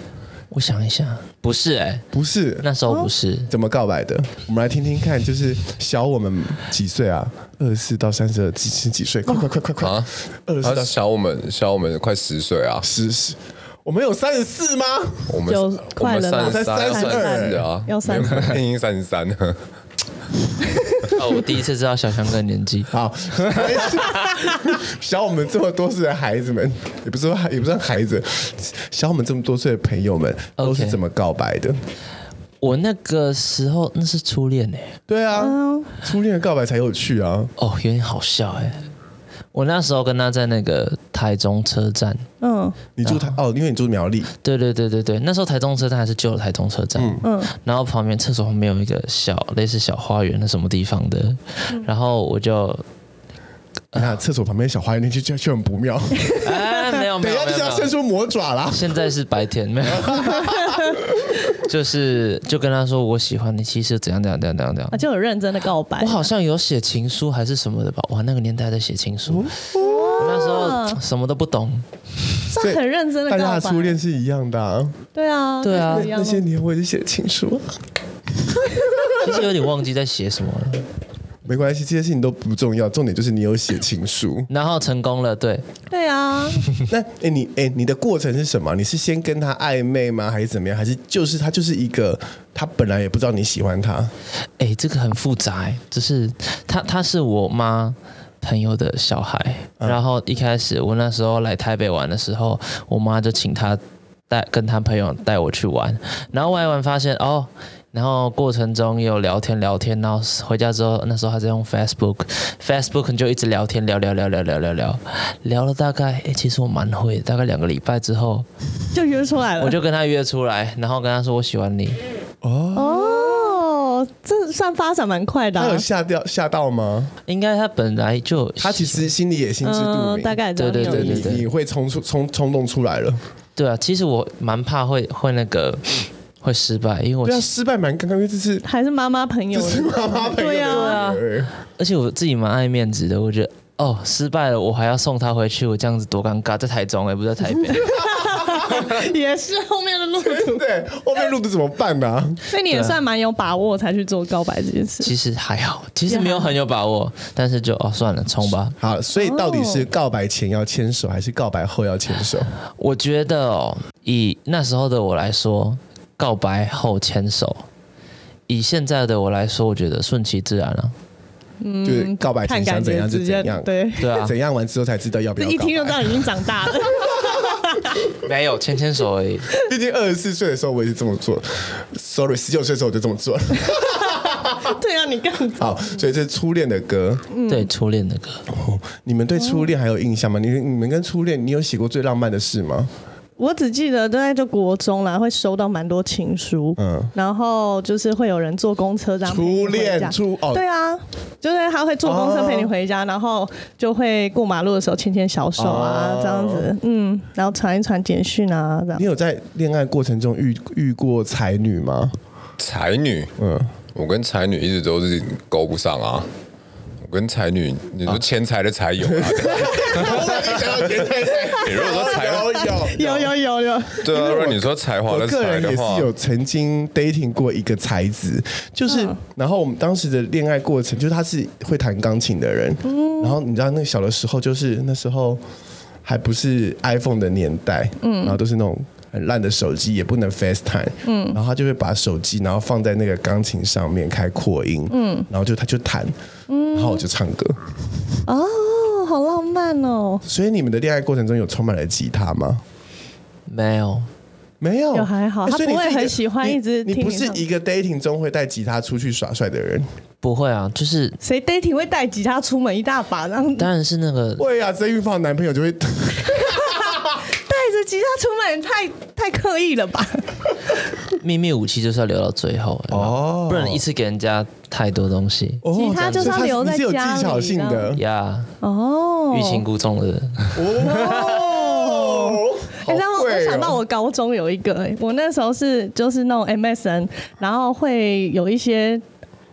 [SPEAKER 5] 我想一下，不是哎、
[SPEAKER 3] 不是，
[SPEAKER 5] 那时候不是，
[SPEAKER 3] 怎么告白的？我们来听听看，就是小我们几岁啊？二十四到三十二，几是几岁？快快快快快！
[SPEAKER 1] 啊
[SPEAKER 3] 二十四
[SPEAKER 1] 她
[SPEAKER 3] 到
[SPEAKER 1] 小我们小我们快十岁啊，
[SPEAKER 3] 十十，我们有三十四吗？
[SPEAKER 1] 我们
[SPEAKER 2] 有
[SPEAKER 1] 我
[SPEAKER 2] 快了
[SPEAKER 1] 们
[SPEAKER 2] 啦
[SPEAKER 1] 三十三
[SPEAKER 3] 才32。
[SPEAKER 1] 四啊，
[SPEAKER 2] 要33
[SPEAKER 1] 已经三十三了。
[SPEAKER 5] 哦，我第一次知道小香哥的年纪
[SPEAKER 3] 好， 小我们这么多岁的孩子们，也不是说也不算孩子，小我们这么多岁的朋友们都是
[SPEAKER 5] OK
[SPEAKER 3] 怎么告白的？
[SPEAKER 5] 我那个时候那是初恋哎、
[SPEAKER 3] 对啊，
[SPEAKER 2] 嗯
[SPEAKER 3] 初恋的告白才有趣啊！
[SPEAKER 5] 哦，有点好笑哎、我那时候跟他在那个台中车站，
[SPEAKER 2] 嗯，
[SPEAKER 3] 你住台哦，因为你住苗
[SPEAKER 2] 啊
[SPEAKER 3] 栗，
[SPEAKER 5] 对对对对对，那时候台中车站还是旧的台中车站，嗯，然后旁边厕所旁边有一个小类似小花园，那什么地方的，然后我就
[SPEAKER 3] 你看厕所旁边小花园那就就就很不 妙，
[SPEAKER 5] 哎没有没
[SPEAKER 3] 等一
[SPEAKER 5] 有
[SPEAKER 3] 下
[SPEAKER 5] 没
[SPEAKER 3] 就是要伸，
[SPEAKER 5] 有没有
[SPEAKER 3] 出魔爪啦！
[SPEAKER 5] 现在是白天，没有，就是就跟他说我喜欢你，其实怎样怎样怎样怎样怎样
[SPEAKER 2] 啊，。就有认真的告白
[SPEAKER 5] 我。好像有写情书还是什么的吧？哇，那个年代在写情书，我那时候什么都不懂。
[SPEAKER 2] 这很认真的
[SPEAKER 3] 大
[SPEAKER 2] 告白。
[SPEAKER 3] 家的初恋是一样的、啊，
[SPEAKER 2] 对啊，
[SPEAKER 5] 对啊
[SPEAKER 2] 就是一样
[SPEAKER 3] 那
[SPEAKER 2] 啊
[SPEAKER 3] 些年我也是写情书。
[SPEAKER 5] 其实有点忘记在写什么了。。
[SPEAKER 3] 没关系，这些事情都不重要，重点就是你有写情书
[SPEAKER 5] 然后成功了，对，
[SPEAKER 2] 对啊，
[SPEAKER 3] 那哎、诶你哎、你的过程是什么？你是先跟他暧昧吗？还是怎么样？还是就是他就是一个他本来也不知道你喜欢他，
[SPEAKER 2] 啊
[SPEAKER 5] 哎、这个很复杂、欸，就是他他是我妈朋友的小孩，然后一开始我那时候来台北玩的时候，我妈就请他带跟他朋友带我去玩，然后玩一玩发现哦。然后过程中也有聊天聊天，然后回家之后，那时候还在用 Facebook，Facebook 就一直聊天聊聊聊聊聊聊聊，聊了大概，哎，其实我蛮会的，大概两个礼拜之后，
[SPEAKER 2] 就约出来了。
[SPEAKER 5] 我就跟他约出来，然后跟他说我喜欢你，
[SPEAKER 2] 哦，这算发展蛮快的啊、
[SPEAKER 3] 他有吓掉吓到吗？
[SPEAKER 5] 应该他本来就
[SPEAKER 3] 他其实心里也心知肚
[SPEAKER 2] 嗯，
[SPEAKER 3] 明，
[SPEAKER 2] 大概知道
[SPEAKER 5] 对
[SPEAKER 2] 你有
[SPEAKER 5] 对
[SPEAKER 2] 意
[SPEAKER 5] 对
[SPEAKER 2] 思
[SPEAKER 3] 你你会冲出冲冲动出来了。
[SPEAKER 5] 对啊，其实我蛮怕会会那个会失败，因为我
[SPEAKER 3] 对啊，
[SPEAKER 5] 其
[SPEAKER 3] 失败蛮尴尬，因为这 是
[SPEAKER 2] 还是妈妈朋友
[SPEAKER 3] 这是
[SPEAKER 2] 的，
[SPEAKER 3] 妈妈朋友
[SPEAKER 2] 对啊
[SPEAKER 3] 对啊，
[SPEAKER 5] 而且我自己蛮爱面子的，我觉得。哦，失败了，我还要送他回去，我这样子多尴尬，在台中哎、不在台北。
[SPEAKER 2] 也是后面的路途，
[SPEAKER 3] 对，啊后面路的怎么办呢、啊？
[SPEAKER 2] 所以你也算蛮有把握才去做告白这件事。
[SPEAKER 5] 其实还好，其实没有很有把握，但是就哦算了，冲吧。
[SPEAKER 3] 好，所以到底是告白前要牵手，还是告白后要牵手？
[SPEAKER 5] 我觉得哦，以那时候的我来说，告白后牵手；以现在的我来说，我觉得顺其自然啊了、
[SPEAKER 3] 就是告白前
[SPEAKER 2] 嗯看
[SPEAKER 3] 想
[SPEAKER 2] 感
[SPEAKER 3] 怎
[SPEAKER 2] 觉
[SPEAKER 3] 样就
[SPEAKER 2] 直接
[SPEAKER 3] 怎样，
[SPEAKER 2] 对，
[SPEAKER 5] 对啊，
[SPEAKER 3] 怎样完之后才知道要不
[SPEAKER 2] 这
[SPEAKER 3] 要
[SPEAKER 2] 一听就
[SPEAKER 3] 告
[SPEAKER 2] 知
[SPEAKER 3] 白。
[SPEAKER 2] 道已经长大了。
[SPEAKER 5] 没有牵牵手而已。
[SPEAKER 3] 毕竟二十四岁的时候我也是这么做，sorry，十九岁的时候我就这么 做了。
[SPEAKER 2] 对啊，你更
[SPEAKER 3] 好，所以这是初恋的歌、
[SPEAKER 5] 对，初恋的歌，
[SPEAKER 3] 哦你们对初恋还有印象吗？你你们跟初恋，你有写过最浪漫的事吗？
[SPEAKER 2] 我只记得大概就国中啦，会收到蛮多情书，
[SPEAKER 3] 嗯
[SPEAKER 2] 然后就是会有人坐公车这样陪你
[SPEAKER 3] 初
[SPEAKER 2] 回家
[SPEAKER 3] 恋初哦，
[SPEAKER 2] 对啊，就是他会坐公车陪你回家，然后就会过马路的时候牵牵小手啊，
[SPEAKER 3] 哦
[SPEAKER 2] 这样子，嗯，然后传一传简讯啊，这样
[SPEAKER 3] 你。有在恋爱过程中遇遇过才女吗？
[SPEAKER 1] 才女，
[SPEAKER 3] 嗯，
[SPEAKER 1] 我跟才女一直都是勾不上啊。我跟才女，你
[SPEAKER 3] 啊
[SPEAKER 1] 说钱财的财 有啊？你如果说才
[SPEAKER 3] 有有
[SPEAKER 2] 有有有有，
[SPEAKER 1] 对啊，如果你说才华
[SPEAKER 3] 我
[SPEAKER 1] 的
[SPEAKER 3] 个
[SPEAKER 1] 才
[SPEAKER 3] 人也
[SPEAKER 1] 的话
[SPEAKER 3] 是，有曾经 dating 过一个才子，就是，然后我们当时的恋爱过程，就是他是会弹钢琴的人，然后你知道那个小的时候，就是那时候还不是 iPhone 的年代，然后都是那种。很烂的手机也不能 FaceTime，嗯，然后他就会把手机，然后放在那个钢琴上面开扩音，嗯，然后就他就弹，然后我就唱歌。
[SPEAKER 2] 哦，好浪漫哦。
[SPEAKER 3] 所以你们的恋爱过程中有充满了吉他吗？
[SPEAKER 5] 没有，
[SPEAKER 3] 没有，
[SPEAKER 2] 有还好
[SPEAKER 3] 欸
[SPEAKER 2] 他
[SPEAKER 3] 所以你
[SPEAKER 2] 不会
[SPEAKER 3] 是一个
[SPEAKER 2] 很喜欢
[SPEAKER 3] 你
[SPEAKER 2] 一直
[SPEAKER 3] 你
[SPEAKER 2] 听
[SPEAKER 3] 不
[SPEAKER 2] 你
[SPEAKER 3] 是
[SPEAKER 2] 唱
[SPEAKER 3] 一个 dating 中会带吉他出去耍帅的人。
[SPEAKER 5] 不会啊，就是
[SPEAKER 2] 谁 dating 会带吉他出门一大把，然后带
[SPEAKER 5] 当然是那个
[SPEAKER 3] 会啊，曾玉芳男朋友就会，
[SPEAKER 2] 着吉他出门，太太刻意了吧？
[SPEAKER 5] 秘密武器就是要留到最后，
[SPEAKER 3] 哦
[SPEAKER 5] 哦，不能一次给人家太多东西
[SPEAKER 3] 哦
[SPEAKER 2] 吉他就是要
[SPEAKER 3] 这样
[SPEAKER 2] 留
[SPEAKER 3] 子
[SPEAKER 2] 在
[SPEAKER 3] 所以
[SPEAKER 2] 家
[SPEAKER 3] 他
[SPEAKER 2] 里
[SPEAKER 3] 是你是有技巧性的。
[SPEAKER 5] 呀，
[SPEAKER 2] 哦，
[SPEAKER 5] 欲擒故纵的人，
[SPEAKER 3] 哦，
[SPEAKER 2] 哎、让我
[SPEAKER 3] 好
[SPEAKER 2] 我
[SPEAKER 3] 会哦
[SPEAKER 2] 想到我高中有一个、哎我那时候是就是那种 MSN，然后会有一些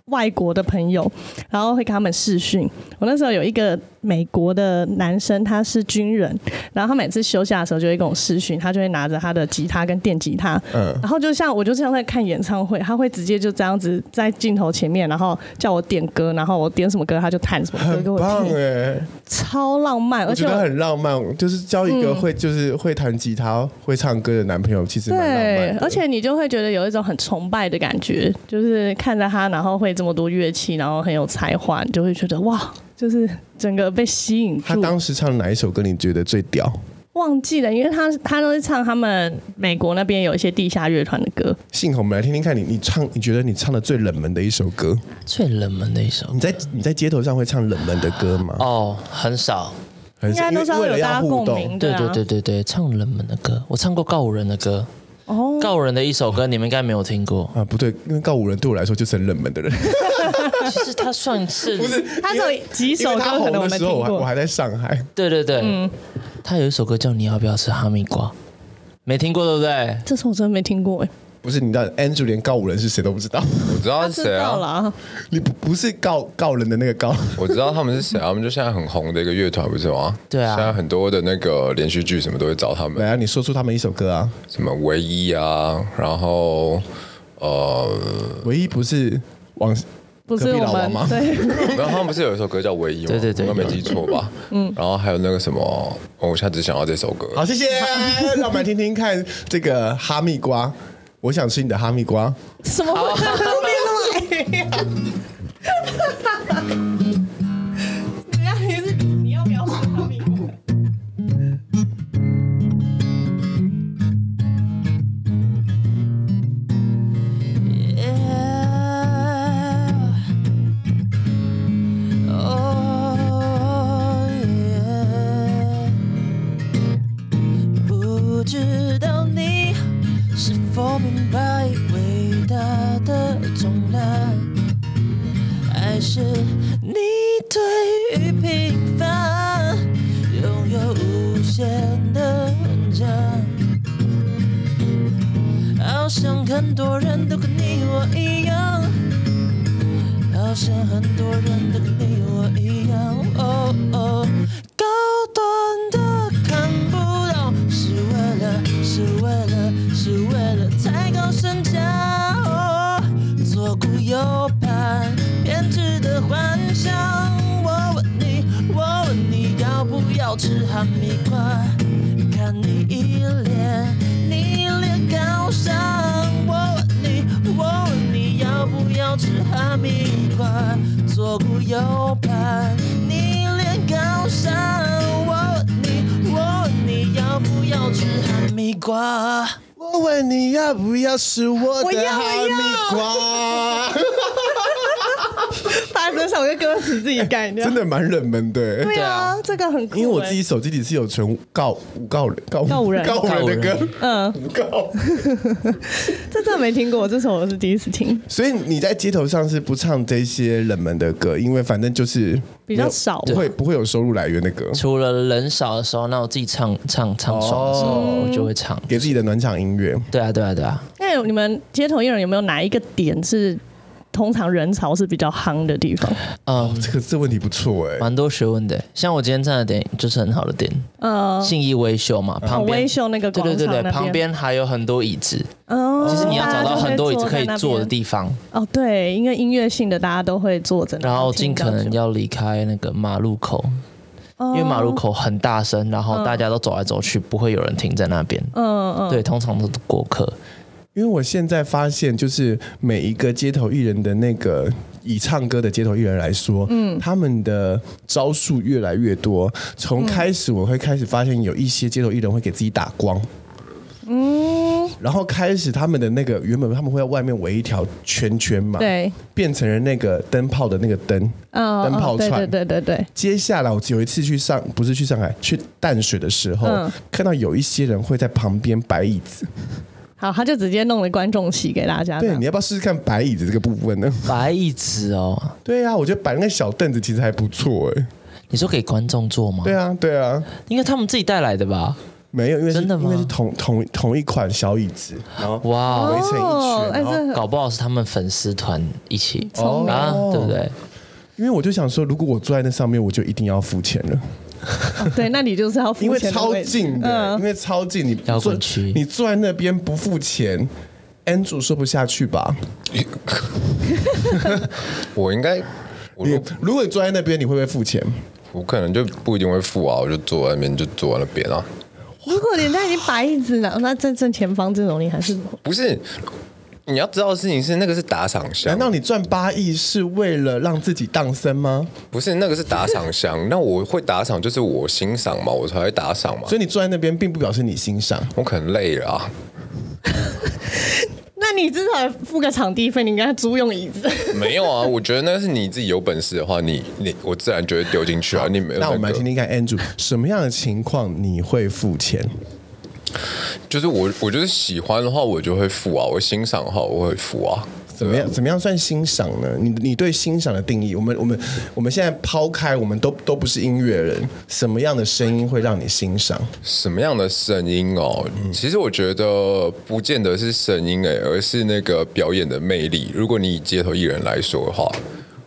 [SPEAKER 2] 外国的朋友，然后会跟他们视讯。我那时候有一个美国的男生，他是军人，然后他每次休假的时候就会跟我视讯，他就会拿着他的吉他跟电吉他，
[SPEAKER 3] 嗯
[SPEAKER 2] 然后就像我就像在看演唱会，他会直接就这样子在镜头前面，然后叫我点歌，然后我点什么歌他就弹什么歌
[SPEAKER 3] 很
[SPEAKER 2] 给我
[SPEAKER 3] 棒
[SPEAKER 2] 听，
[SPEAKER 3] 哎，
[SPEAKER 2] 超浪漫，
[SPEAKER 3] 我
[SPEAKER 2] 而且
[SPEAKER 3] 觉
[SPEAKER 2] 我嗯
[SPEAKER 3] 得很浪漫，就是交一个会就是会弹吉他、会唱歌的男朋友，其实蛮浪
[SPEAKER 2] 对
[SPEAKER 3] 漫，的。
[SPEAKER 2] 而且你就会觉得有一种很崇拜的感觉，就是看着他，然后会这么多乐器，然后很有才华，你就会觉得哇，就是整个被吸引
[SPEAKER 3] 他
[SPEAKER 2] 住。
[SPEAKER 3] 当时唱哪一首歌你觉得最屌？
[SPEAKER 2] 忘记了，因为他他都是唱他们美国那边有一些地下乐团的歌，
[SPEAKER 3] 幸好我们来听听看你，你唱你觉得你唱的最冷门的一首歌，
[SPEAKER 5] 最冷门的一首
[SPEAKER 3] 你在你在街头上会唱冷门的歌吗？
[SPEAKER 5] 哦，很少。
[SPEAKER 3] 很
[SPEAKER 2] 应该都是要
[SPEAKER 3] 为
[SPEAKER 2] 有
[SPEAKER 3] 了
[SPEAKER 2] 大
[SPEAKER 3] 要
[SPEAKER 2] 家
[SPEAKER 3] 互
[SPEAKER 2] 共
[SPEAKER 3] 动，
[SPEAKER 2] 鸣，
[SPEAKER 5] 对
[SPEAKER 2] 啊
[SPEAKER 5] 对对对对，唱冷门的歌，我唱过告五人的歌，
[SPEAKER 2] 哦，
[SPEAKER 5] 告五人的一首歌你们应该没有听过
[SPEAKER 3] 啊，不对，因为告五人对我来说就是很冷门的人，
[SPEAKER 5] 其实他算是
[SPEAKER 3] 不是？
[SPEAKER 2] 他只有几
[SPEAKER 3] 因
[SPEAKER 2] 首
[SPEAKER 3] 为
[SPEAKER 2] 歌
[SPEAKER 3] 他
[SPEAKER 2] 可
[SPEAKER 3] 红
[SPEAKER 2] 能我
[SPEAKER 3] 的
[SPEAKER 2] 们
[SPEAKER 3] 时
[SPEAKER 2] 听
[SPEAKER 3] 候，我还我
[SPEAKER 2] 过，
[SPEAKER 3] 还在上海，
[SPEAKER 5] 对对对，
[SPEAKER 4] 嗯
[SPEAKER 5] 他有一首歌叫你要不要吃哈密瓜，没听过对不对？
[SPEAKER 2] 这首我真的没听过哎、
[SPEAKER 3] 不是你知道 Andrew 连告五人是谁都不知道，
[SPEAKER 1] 我知道是
[SPEAKER 2] 知
[SPEAKER 1] 谁
[SPEAKER 2] 道
[SPEAKER 1] 啊
[SPEAKER 2] 了，啊，
[SPEAKER 3] 你不不是告告人的那个告，
[SPEAKER 1] 我知道他们是谁啊，他们就现在很红的一个乐团，不是吗？
[SPEAKER 5] 对啊
[SPEAKER 1] 现在很多的那个连续剧什么都会找他们
[SPEAKER 3] 来，啊，你说出他们一首歌啊，
[SPEAKER 1] 什么唯一啊，然后呃，
[SPEAKER 3] 唯一不是王
[SPEAKER 2] 不是
[SPEAKER 3] 隔
[SPEAKER 2] 我
[SPEAKER 3] 壁老王
[SPEAKER 2] 们
[SPEAKER 3] 吗
[SPEAKER 2] 对，
[SPEAKER 1] 然后他们不是有一首歌叫《唯一》吗？
[SPEAKER 5] 对对对
[SPEAKER 1] 我没记错吧？嗯，然后还有那个什么，哦我现在只想要这首歌。
[SPEAKER 3] 好，谢 谢，让我们来听听看这个哈密瓜。我想吃你的哈密瓜，
[SPEAKER 2] 什么会变来呀？等一下你是你要描述他们？
[SPEAKER 4] 不知道你是否明白伟大的重量，还是你对于平凡拥有无限的忍让？好像很多人都跟你我一样，好像很多人都跟你我一样。哦哦，高端的看不懂，是为了是为了是为了抬高身价。哦，左顾右盼，偏执的幻想。我问你，我问你要不要吃哈密瓜？看你一脸，你脸高尚。我问你，我问你要不要吃哈密瓜？左顾右盼，你脸高尚。我问你，我问你要不要吃哈密瓜？
[SPEAKER 3] 我问你要不要吃我
[SPEAKER 2] 我
[SPEAKER 3] 的
[SPEAKER 2] 要
[SPEAKER 3] 哈
[SPEAKER 2] 我要
[SPEAKER 3] 密瓜？
[SPEAKER 2] 大家真想跟歌词自己改 掉
[SPEAKER 3] 真。的蛮冷门的、
[SPEAKER 2] 对
[SPEAKER 5] 对
[SPEAKER 2] 啊
[SPEAKER 5] 啊，
[SPEAKER 2] 这个很酷
[SPEAKER 3] 因为我
[SPEAKER 2] 欸
[SPEAKER 3] 自己手机里是有存告告告
[SPEAKER 2] 告五人
[SPEAKER 3] 告五人的歌，
[SPEAKER 2] 嗯，
[SPEAKER 3] 五 告。
[SPEAKER 2] 这真的没听过，这首我是第一次听，
[SPEAKER 3] 所以你在街头上是不唱这些冷门的歌，因为反正就是
[SPEAKER 2] 比较少
[SPEAKER 3] 没有不会不会有收入来源的歌，
[SPEAKER 5] 除了人少的时候，那我自己唱唱唱爽的时候，
[SPEAKER 3] 哦
[SPEAKER 5] 我就会唱。
[SPEAKER 3] 给自己的暖场音乐。
[SPEAKER 5] 对啊，对啊，对啊。
[SPEAKER 2] 那你们街头艺人有没有哪一个点是通常人潮是比较夯的地方？
[SPEAKER 5] 嗯，
[SPEAKER 3] 哦这个这问题不错哎、
[SPEAKER 5] 蛮多学问的。像我今天站的点就是很好的点，
[SPEAKER 2] 呃，
[SPEAKER 5] 信义威秀
[SPEAKER 3] 哦
[SPEAKER 5] 嘛，旁边
[SPEAKER 2] 威哦秀那个
[SPEAKER 5] 对
[SPEAKER 2] 广场
[SPEAKER 5] 对对对，
[SPEAKER 2] 那
[SPEAKER 5] 旁边还有很多椅子，
[SPEAKER 2] 哦，
[SPEAKER 5] 就是你要找到很多椅子可以
[SPEAKER 2] 大家都
[SPEAKER 5] 坐
[SPEAKER 2] 会在
[SPEAKER 5] 的
[SPEAKER 2] 那边
[SPEAKER 5] 地方，
[SPEAKER 2] 哦，对，因为音乐性的大家都会坐着，
[SPEAKER 5] 然后
[SPEAKER 2] 听
[SPEAKER 5] 尽
[SPEAKER 2] 比较
[SPEAKER 5] 可能
[SPEAKER 2] 久，
[SPEAKER 5] 要离开那个马路口，
[SPEAKER 2] 因
[SPEAKER 5] 因为马路口很大声，然后大家都走来走去，不会有人停在那边。
[SPEAKER 2] 嗯嗯，
[SPEAKER 5] 对，通常都是过客。
[SPEAKER 3] 因为我现在发现，就是每一个街头艺人的那个以唱歌的街头艺人来说，嗯，他们的招数越来越多。从开始我会开始发现，有一些街头艺人会给自己打光。嗯，然后开始他们的那个原本他们会在外面围一条圈圈嘛，，
[SPEAKER 2] 对，
[SPEAKER 3] 变成了那个灯泡的那个灯，
[SPEAKER 2] 嗯，
[SPEAKER 3] 灯泡
[SPEAKER 2] 嗯对
[SPEAKER 3] 串
[SPEAKER 2] 对对对对，
[SPEAKER 3] 接下来，我有一次去上，不是去上海，去淡水的时候，
[SPEAKER 2] 嗯
[SPEAKER 3] 看到有一些人会在旁边摆椅子。
[SPEAKER 2] 好，他就直接弄了观众席给大家，
[SPEAKER 3] 对，你要不要试试看摆椅子这个部分呢？
[SPEAKER 5] 白椅子哦，
[SPEAKER 3] 对啊，我觉得摆那个小凳子其实还不错
[SPEAKER 2] 哦
[SPEAKER 3] 哎、
[SPEAKER 5] 你说给观众坐吗？
[SPEAKER 3] 对啊，对啊，
[SPEAKER 5] 应该他们自己带来的吧？
[SPEAKER 3] 没有，因为是
[SPEAKER 5] 真的吗
[SPEAKER 3] 因为是同同同一款小椅子，然后
[SPEAKER 5] 哇，
[SPEAKER 3] 围成
[SPEAKER 2] 哦
[SPEAKER 3] 一圈，啊
[SPEAKER 2] 哎
[SPEAKER 3] 然后
[SPEAKER 2] 这
[SPEAKER 5] 搞不好是他们粉丝团一起
[SPEAKER 2] 聪明
[SPEAKER 5] 啊，对不对？
[SPEAKER 3] 因为我就想说，如果我坐在那上面，我就一定要付钱了，
[SPEAKER 2] 哦对，那你就是要
[SPEAKER 3] 因
[SPEAKER 2] 付
[SPEAKER 3] 为
[SPEAKER 2] 钱的
[SPEAKER 3] 超
[SPEAKER 2] 位置嗯
[SPEAKER 3] 近的，因为超近，你
[SPEAKER 5] 摇
[SPEAKER 3] 坐
[SPEAKER 5] 滚区
[SPEAKER 3] 你坐在那边不付钱，Andrew 说不下去吧？
[SPEAKER 1] 我应该，我
[SPEAKER 3] 你
[SPEAKER 1] 如
[SPEAKER 3] 如果你坐在那边，你会不会付钱？
[SPEAKER 1] 我可能就不一定会付啊，我就坐在那边就坐在那边啊。
[SPEAKER 2] 如果人家已经白椅子了，那正正前方这种你还是
[SPEAKER 1] 不是，你要知道的事情是那个是打赏箱，
[SPEAKER 3] 难道你赚八亿是为了让自己当生吗？
[SPEAKER 1] 不是那个是打赏箱？ 那我会打赏就是我欣赏嘛，我才会打赏嘛
[SPEAKER 3] 所。以你坐在那边，并不表示你欣赏。
[SPEAKER 1] 我可能累了啊，
[SPEAKER 2] 那你至少付个场地费，你跟他租用椅子。
[SPEAKER 1] 没有啊，我觉得那是你自己有本事的话，你你我自然就会丢进去啊。你没有、
[SPEAKER 3] 那我们来
[SPEAKER 1] 个
[SPEAKER 3] 听听看，Andrew，什么样的情况你会付钱？
[SPEAKER 1] 就是我我就是喜欢的话，我就会付啊；我欣赏的话，我会付啊。
[SPEAKER 3] 怎么样？怎么样算欣赏呢？你你对欣赏的定义，我们我们我们现在抛开，我们都都不是音乐人，什么样的声音会让你欣赏？
[SPEAKER 1] 什么样的声音哦？其实我觉得不见得是声音诶，而是那个表演的魅力。如果你以街头艺人来说的话，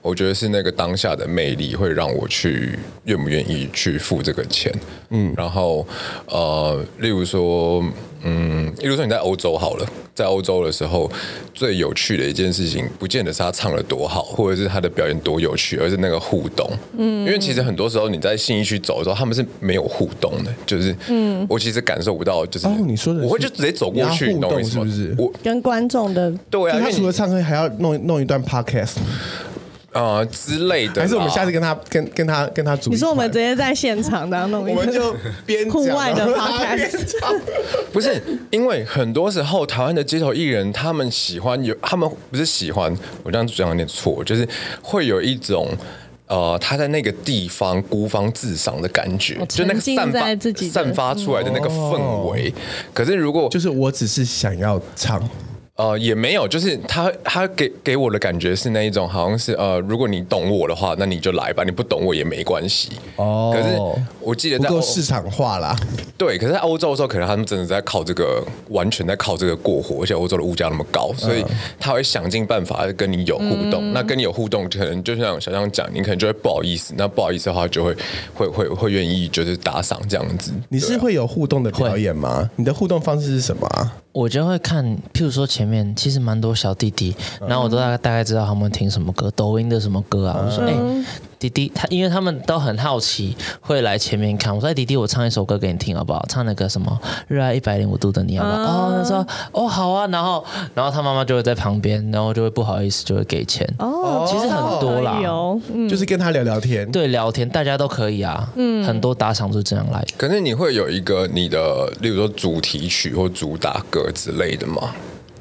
[SPEAKER 1] 我觉得是那个当下的魅力会让我去愿不愿意去付这个钱。嗯，然后呃，例如说，嗯，例如说你在欧洲好了，在欧洲的时候，最有趣的一件事情，不见得是他唱的多好，或者是他的表演多有趣，而是那个互动。嗯，因为其实很多时候你在信义区走的时候，他们是没有互动的，就是嗯，我其实感受不到，就是
[SPEAKER 3] 哦你说的是
[SPEAKER 1] 我会就直接走过去，
[SPEAKER 3] 你要互动
[SPEAKER 1] 你懂我意思吗？
[SPEAKER 3] 是不是
[SPEAKER 1] 我
[SPEAKER 2] 跟观众的
[SPEAKER 1] 对啊，
[SPEAKER 3] 就
[SPEAKER 1] 因
[SPEAKER 3] 他
[SPEAKER 1] 为
[SPEAKER 3] 除
[SPEAKER 1] 你
[SPEAKER 3] 了唱歌，还要弄弄一段 podcast，
[SPEAKER 1] 呃之类的啦，
[SPEAKER 3] 还是我们下次跟他跟跟他跟他组一团？
[SPEAKER 2] 你说我们直接在现场这样弄一
[SPEAKER 3] 我
[SPEAKER 2] 个，
[SPEAKER 3] 们 就边啊
[SPEAKER 2] 户外的
[SPEAKER 3] podcast，
[SPEAKER 1] 不是，因为很多时候台湾的街头艺人，他们喜欢有，他们不是喜欢，我这样讲有点错，就是会有一种。呃，他在那个地方孤芳自赏的感觉，
[SPEAKER 2] 哦
[SPEAKER 1] 就那
[SPEAKER 2] 沉
[SPEAKER 1] 个
[SPEAKER 2] 浸
[SPEAKER 1] 散发
[SPEAKER 2] 在自己的哦
[SPEAKER 1] 散发出来的那个氛围。可是如 果
[SPEAKER 3] 就是我只是想要唱，
[SPEAKER 1] 呃，也没有，就是他他给给我的感觉是那一种，好像是呃，如果你懂我的话，那你就来吧，你不懂我也没关系。
[SPEAKER 3] 哦
[SPEAKER 1] 可是我记得
[SPEAKER 3] 不
[SPEAKER 1] 在哦
[SPEAKER 3] 够
[SPEAKER 1] 欧
[SPEAKER 3] 市场化啦。
[SPEAKER 1] 对，可是在欧洲的时候，可能他们真的在靠这个，完全在靠这个过活，而且欧洲的物价那么高，所以他会想尽办法跟你有互动。那跟你有互动，可能就像小张讲，你可能就会不好意思，那不好意思的话，就会会会会愿意就是打赏这样子。
[SPEAKER 3] 你是会有互动的表演吗？你的互动方式是什么啊？
[SPEAKER 5] 我就会看，譬如说前面其实蛮多小弟弟，
[SPEAKER 2] 嗯
[SPEAKER 5] 然后我都大概大概知道他们听什么歌，抖音的什么歌啊。我就说，哎、弟弟，他因为他们都很好奇，会来前面看。我说，哎、弟弟，我唱一首歌给你听好不好？唱那个什么《热爱一百零五度的你》好不好？
[SPEAKER 2] 嗯
[SPEAKER 5] 哦，他说，哦，好啊。然后，然后他妈妈就会在旁边，然后就会不好意思，就会给钱。
[SPEAKER 2] 哦，
[SPEAKER 5] 其实很多啦
[SPEAKER 2] 可以哦嗯，
[SPEAKER 3] 就是跟他聊聊天。
[SPEAKER 5] 对，聊天大家都可以啊，嗯，很多打赏就是这样来的。
[SPEAKER 1] 可是你会有一个你的，例如说主题曲或主打歌之类的吗？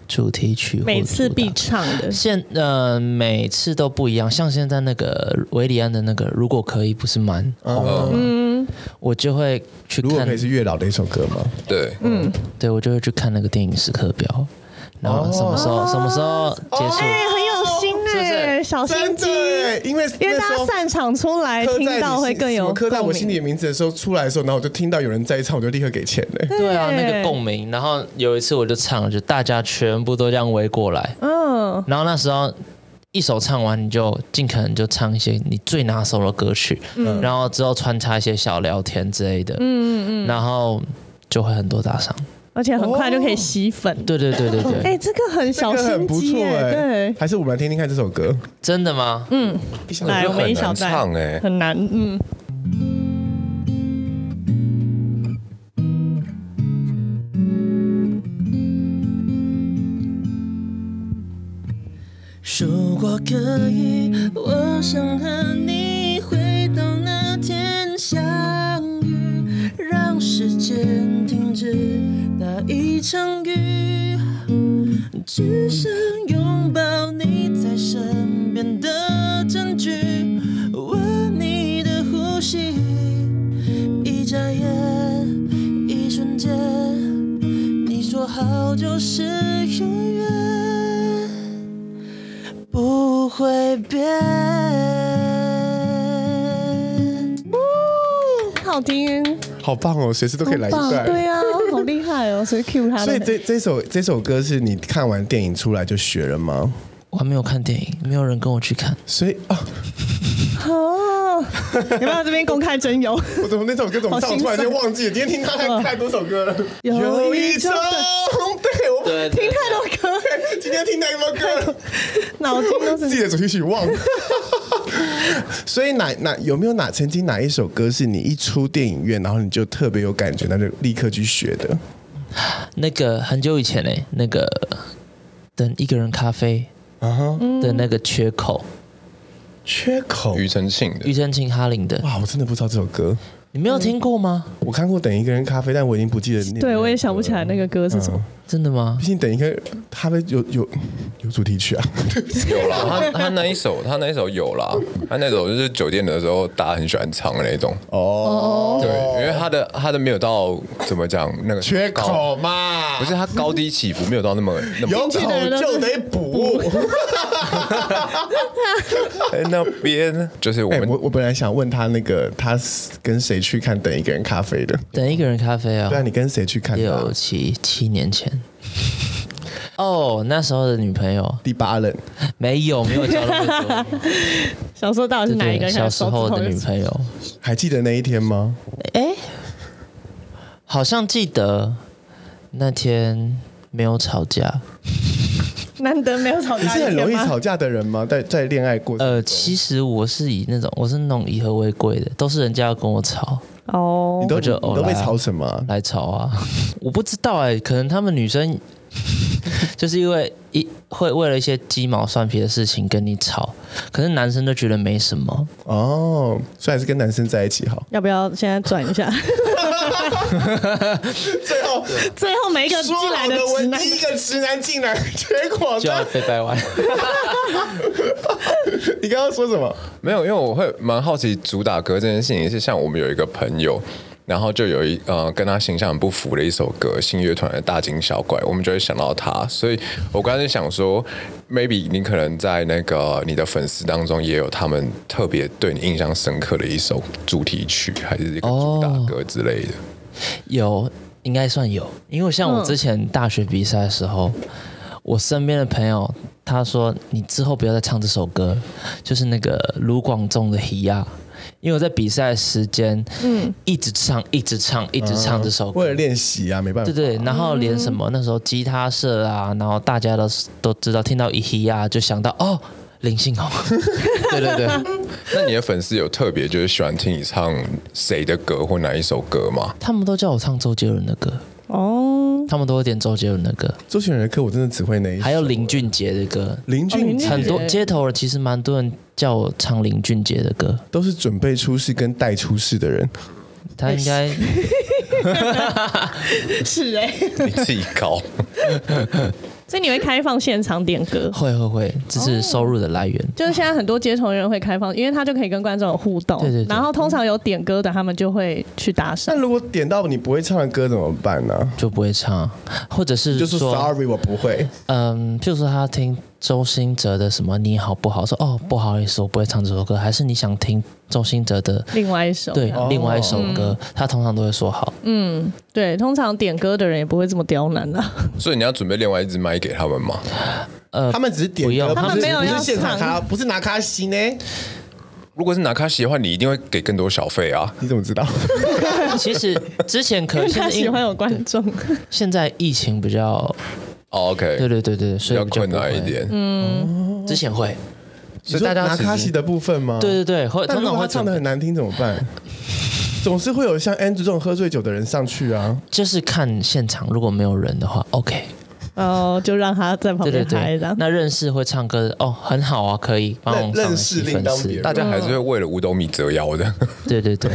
[SPEAKER 5] 主题曲或
[SPEAKER 2] 每次
[SPEAKER 5] 主打
[SPEAKER 2] 必唱的，
[SPEAKER 5] 现呃每次都不一样，像现在那个维里安的那个，如果可以，不是蛮红的吗？我就会去
[SPEAKER 3] 哦如果
[SPEAKER 5] 看
[SPEAKER 3] 可以，是月老的一首歌吗？
[SPEAKER 1] 对，嗯，
[SPEAKER 5] 对我就会去看那个电影时刻表，然后什么时候、什么时候结束？
[SPEAKER 2] 哎，很有心哎，小心
[SPEAKER 3] 真
[SPEAKER 2] 机
[SPEAKER 3] 的，耶，因为
[SPEAKER 2] 因为
[SPEAKER 3] 那
[SPEAKER 2] 大
[SPEAKER 3] 时
[SPEAKER 2] 家
[SPEAKER 3] 候
[SPEAKER 2] 散场出来
[SPEAKER 3] 刻在
[SPEAKER 2] 听到
[SPEAKER 3] 你
[SPEAKER 2] 会
[SPEAKER 3] 心
[SPEAKER 2] 更
[SPEAKER 3] 什
[SPEAKER 2] 有
[SPEAKER 3] 么刻在我
[SPEAKER 2] 共鸣
[SPEAKER 3] 心里的名字的时候，出来的时候，然后我就听到有人在唱，我就立刻给钱嘞。
[SPEAKER 5] 对啊，那个共鸣。然后有一次我就唱，就大家全部都这样围过来，
[SPEAKER 2] 嗯，
[SPEAKER 5] 然后那时候一首唱完，你就尽可能就唱一些你最拿手的歌曲，然后之后穿插一些小聊天之类的，嗯嗯嗯嗯，然后就会很多打赏。
[SPEAKER 2] 而且很快就可以吸粉。
[SPEAKER 5] 对对对对对，
[SPEAKER 2] 哎，这个很
[SPEAKER 3] 哦这
[SPEAKER 2] 小
[SPEAKER 3] 个很
[SPEAKER 2] 心
[SPEAKER 3] 不
[SPEAKER 2] 机
[SPEAKER 3] 错
[SPEAKER 2] 耶，
[SPEAKER 3] 还是我们来听听看这首歌。
[SPEAKER 5] 真的吗？
[SPEAKER 2] 对，来我们一小
[SPEAKER 1] 很难
[SPEAKER 2] 段，
[SPEAKER 1] 唱哎、
[SPEAKER 2] 很难，嗯，
[SPEAKER 4] 如果可以，我想和你回到那天相遇，让时间停止那一场雨，只想拥抱你在身边的证据，闻你的呼吸，一眨眼，一瞬间，你说好就是永远。不会变。
[SPEAKER 2] 好听，
[SPEAKER 3] 好棒哦，随时都可以来一
[SPEAKER 2] 棒，
[SPEAKER 3] 段。
[SPEAKER 2] 对啊，好厉害哦，所以 Q 他
[SPEAKER 3] 所以
[SPEAKER 2] 的，
[SPEAKER 3] 这这首这首歌是你看完电影出来就学了吗？
[SPEAKER 5] 我还没有看电影，没有人跟我去看。
[SPEAKER 3] 所以啊，
[SPEAKER 2] 哦，有没有这边公开征友？
[SPEAKER 3] 我怎么那首歌怎么唱，
[SPEAKER 2] 好
[SPEAKER 3] 我
[SPEAKER 2] 心
[SPEAKER 3] 突
[SPEAKER 2] 酸
[SPEAKER 3] 然间忘记了？今天听他看太多首歌了。
[SPEAKER 2] 有一种
[SPEAKER 3] 对我
[SPEAKER 5] 对，
[SPEAKER 2] 听太多歌，
[SPEAKER 3] 今天听太多歌了，
[SPEAKER 2] 脑筋都
[SPEAKER 3] 自
[SPEAKER 2] 是
[SPEAKER 3] 己的主题曲忘 了。所以哪哪有没有哪曾经哪一首歌是你一出电影院，然后你就特别有感觉，那就立刻去学的？
[SPEAKER 5] 那个很久以前嘞、那个等一个人咖啡
[SPEAKER 3] 啊哈，
[SPEAKER 5] 的那个缺口，
[SPEAKER 3] 缺口
[SPEAKER 1] 庾澄庆的
[SPEAKER 5] 庾澄庆哈林的，
[SPEAKER 3] 哇，我真的不知道这首歌。
[SPEAKER 5] 你没有听过吗？
[SPEAKER 3] 我看过《等一个人咖啡》，但我已经不记得念。
[SPEAKER 2] 对我也想不起来那个歌是什么。
[SPEAKER 5] 真的吗
[SPEAKER 3] 毕？竟等一个咖啡有有有主题曲啊，
[SPEAKER 1] 有啦，他他那一首他那一首有啦，他那首就是酒店的时候大家很喜欢唱的那种。
[SPEAKER 3] 哦，
[SPEAKER 1] 对，因为他的他的没有到怎么讲那 个
[SPEAKER 3] 缺
[SPEAKER 1] 高，
[SPEAKER 3] 口嘛，
[SPEAKER 1] 不是他高低起伏没有到那么那么
[SPEAKER 3] 有口就得补。
[SPEAKER 1] 在那边，就是我
[SPEAKER 3] 哎、
[SPEAKER 1] 们、
[SPEAKER 3] 我我本来想问他那个他是跟谁去看《等一个人咖啡》的？
[SPEAKER 5] 等一个人咖啡啊、
[SPEAKER 3] 对啊，你跟谁去看的啊？
[SPEAKER 5] 六七七年前。哦，那时候的女朋友
[SPEAKER 3] 第八任，
[SPEAKER 5] 没有没有交那么多，
[SPEAKER 2] 小时候到底是 哪一个？
[SPEAKER 5] 对小时候的女
[SPEAKER 2] 友，
[SPEAKER 5] 朋友，
[SPEAKER 3] 还记得那一天吗？
[SPEAKER 5] 哎、好像记得，那天没有吵架，
[SPEAKER 2] 难得没有吵架，
[SPEAKER 3] 你是很容易。吵架的人吗？在在恋爱过程
[SPEAKER 5] 呃，
[SPEAKER 3] 中
[SPEAKER 5] 其实我是以那种我是那种以和为贵的，都是人家要跟我吵
[SPEAKER 2] 哦
[SPEAKER 3] 你，都
[SPEAKER 5] 我就
[SPEAKER 3] 你都被
[SPEAKER 5] 偶然
[SPEAKER 3] 吵什么啊？
[SPEAKER 5] 来吵啊，我不知道哎、可能他们女生就是因为一会为了一些鸡毛蒜皮的事情跟你吵，可是男生就觉得没什么，
[SPEAKER 3] 哦，虽然是跟男生在一起好，
[SPEAKER 2] 要不要现在转一下？
[SPEAKER 3] 最后
[SPEAKER 2] 最后 每一个进
[SPEAKER 3] 说
[SPEAKER 2] 来
[SPEAKER 3] 好的
[SPEAKER 2] 直
[SPEAKER 3] 我
[SPEAKER 2] 男，
[SPEAKER 3] 第一个直男进来，结果
[SPEAKER 5] 就要
[SPEAKER 3] 呢？
[SPEAKER 5] 被掰弯。
[SPEAKER 3] 你刚刚说什么？
[SPEAKER 1] 没有，因为我会蛮好奇主打歌这件事情是像我们有一个朋友，然后就有一呃跟他形象很不符的一首歌，新乐团的大惊小怪，我们就会想到他，所以我刚才想说，maybe 你可能在那个你的粉丝当中也有他们特别对你印象深刻的一首主题曲，还是一个主打歌之类的。
[SPEAKER 5] 有，应该算有，因为像我
[SPEAKER 2] 嗯
[SPEAKER 5] 之前大学比赛的时候，我身边的朋友他说你之后不要再唱这首歌，就是那个卢广仲的《咿呀》，因为我在比赛时间，嗯，一直唱，一直唱，一直唱这首歌。
[SPEAKER 3] 为了练习啊，没办法。
[SPEAKER 5] 对对，然后连什么那时候吉他社啊，然后大家都都知道，听到一咿呀就想到哦，林信宏，对对对，
[SPEAKER 1] 那你的粉丝有特别就是喜欢听你唱谁的歌或哪一首歌吗？
[SPEAKER 5] 他们都叫我唱周杰伦的歌，
[SPEAKER 2] 哦，
[SPEAKER 5] 他们都会点周杰伦的歌，
[SPEAKER 3] 周杰伦的歌我真的只会那一首，
[SPEAKER 5] 还有哦林俊杰的歌，
[SPEAKER 3] 林
[SPEAKER 2] 哦
[SPEAKER 3] 俊
[SPEAKER 2] 林俊
[SPEAKER 3] 杰
[SPEAKER 5] 很多
[SPEAKER 2] 对
[SPEAKER 5] 街头人其实蛮多人叫我唱林俊杰的歌，
[SPEAKER 3] 都是准备出世跟待出世的人，
[SPEAKER 5] 他应该。
[SPEAKER 2] 是哎、
[SPEAKER 1] 你自己搞。
[SPEAKER 2] 所以你会开放现场点歌
[SPEAKER 5] 会会会，这是收入的来源。
[SPEAKER 2] 就是现在很多街头艺人会开放，因为他就可以跟观众有互动，
[SPEAKER 5] 对对对
[SPEAKER 2] 然后通常有点歌的，他们就会去打赏
[SPEAKER 3] 但。如果点到你不会唱的歌怎么办呢、
[SPEAKER 5] 就不会唱，或者是
[SPEAKER 3] 就
[SPEAKER 5] 说，
[SPEAKER 3] 是 sorry，我不会。
[SPEAKER 5] 嗯，譬如说他听周兴哲的什么你好不好，说哦不好意思，我不会唱这首歌，还是你想听周兴哲的
[SPEAKER 2] 另外一首，
[SPEAKER 5] 嗯对、另外一首歌，
[SPEAKER 3] 嗯
[SPEAKER 5] 他通常都会说好。
[SPEAKER 2] 嗯对，通常点歌的人也不会这么刁难啊啦。
[SPEAKER 1] 所以你要准备另外一支麦给他们吗？
[SPEAKER 3] 他们只是点
[SPEAKER 5] 不
[SPEAKER 3] 歌，
[SPEAKER 5] 用
[SPEAKER 3] 不是
[SPEAKER 5] 他们
[SPEAKER 2] 没有
[SPEAKER 3] 不
[SPEAKER 2] 要
[SPEAKER 3] 是现场
[SPEAKER 2] 唱
[SPEAKER 3] 卡，不是拿卡西呢？
[SPEAKER 1] 如果是拿卡西的话，你一定会给更多小费啊。
[SPEAKER 3] 你怎么知 道？
[SPEAKER 5] 其实之前 可
[SPEAKER 2] 因为
[SPEAKER 5] 现
[SPEAKER 2] 他
[SPEAKER 5] 在
[SPEAKER 2] 喜欢
[SPEAKER 5] 因
[SPEAKER 2] 有观众，
[SPEAKER 5] 现在疫情比较，
[SPEAKER 1] 哦 OK，
[SPEAKER 5] 对对对对，
[SPEAKER 1] 比
[SPEAKER 5] 所以
[SPEAKER 1] 较
[SPEAKER 5] 比较
[SPEAKER 1] 困
[SPEAKER 5] 不
[SPEAKER 1] 难
[SPEAKER 5] 会
[SPEAKER 1] 一。点。嗯，
[SPEAKER 5] 之前会，
[SPEAKER 1] 所以大家
[SPEAKER 3] 你说拿
[SPEAKER 1] 其实
[SPEAKER 3] 卡西的部分吗？
[SPEAKER 5] 对对对，会
[SPEAKER 3] 但
[SPEAKER 5] 通
[SPEAKER 3] 如
[SPEAKER 5] 常
[SPEAKER 3] 果
[SPEAKER 5] 会
[SPEAKER 3] 他唱的很难听怎么办？总是会有像 Andrew 这种喝醉酒的人上去啊，
[SPEAKER 5] 就是看现场，如果没有人的话，OK。
[SPEAKER 2] 哦，就让他在旁
[SPEAKER 5] 对对
[SPEAKER 2] 边嗨
[SPEAKER 5] 对
[SPEAKER 2] 这样，。
[SPEAKER 5] 那认识会唱歌的哦，很好啊，可以帮我们
[SPEAKER 3] 认
[SPEAKER 5] 上
[SPEAKER 3] 认识
[SPEAKER 5] 积
[SPEAKER 3] 另
[SPEAKER 5] 分
[SPEAKER 3] 当别
[SPEAKER 5] 是，
[SPEAKER 1] 大家还是会为了五斗米折腰的，
[SPEAKER 5] 对对对，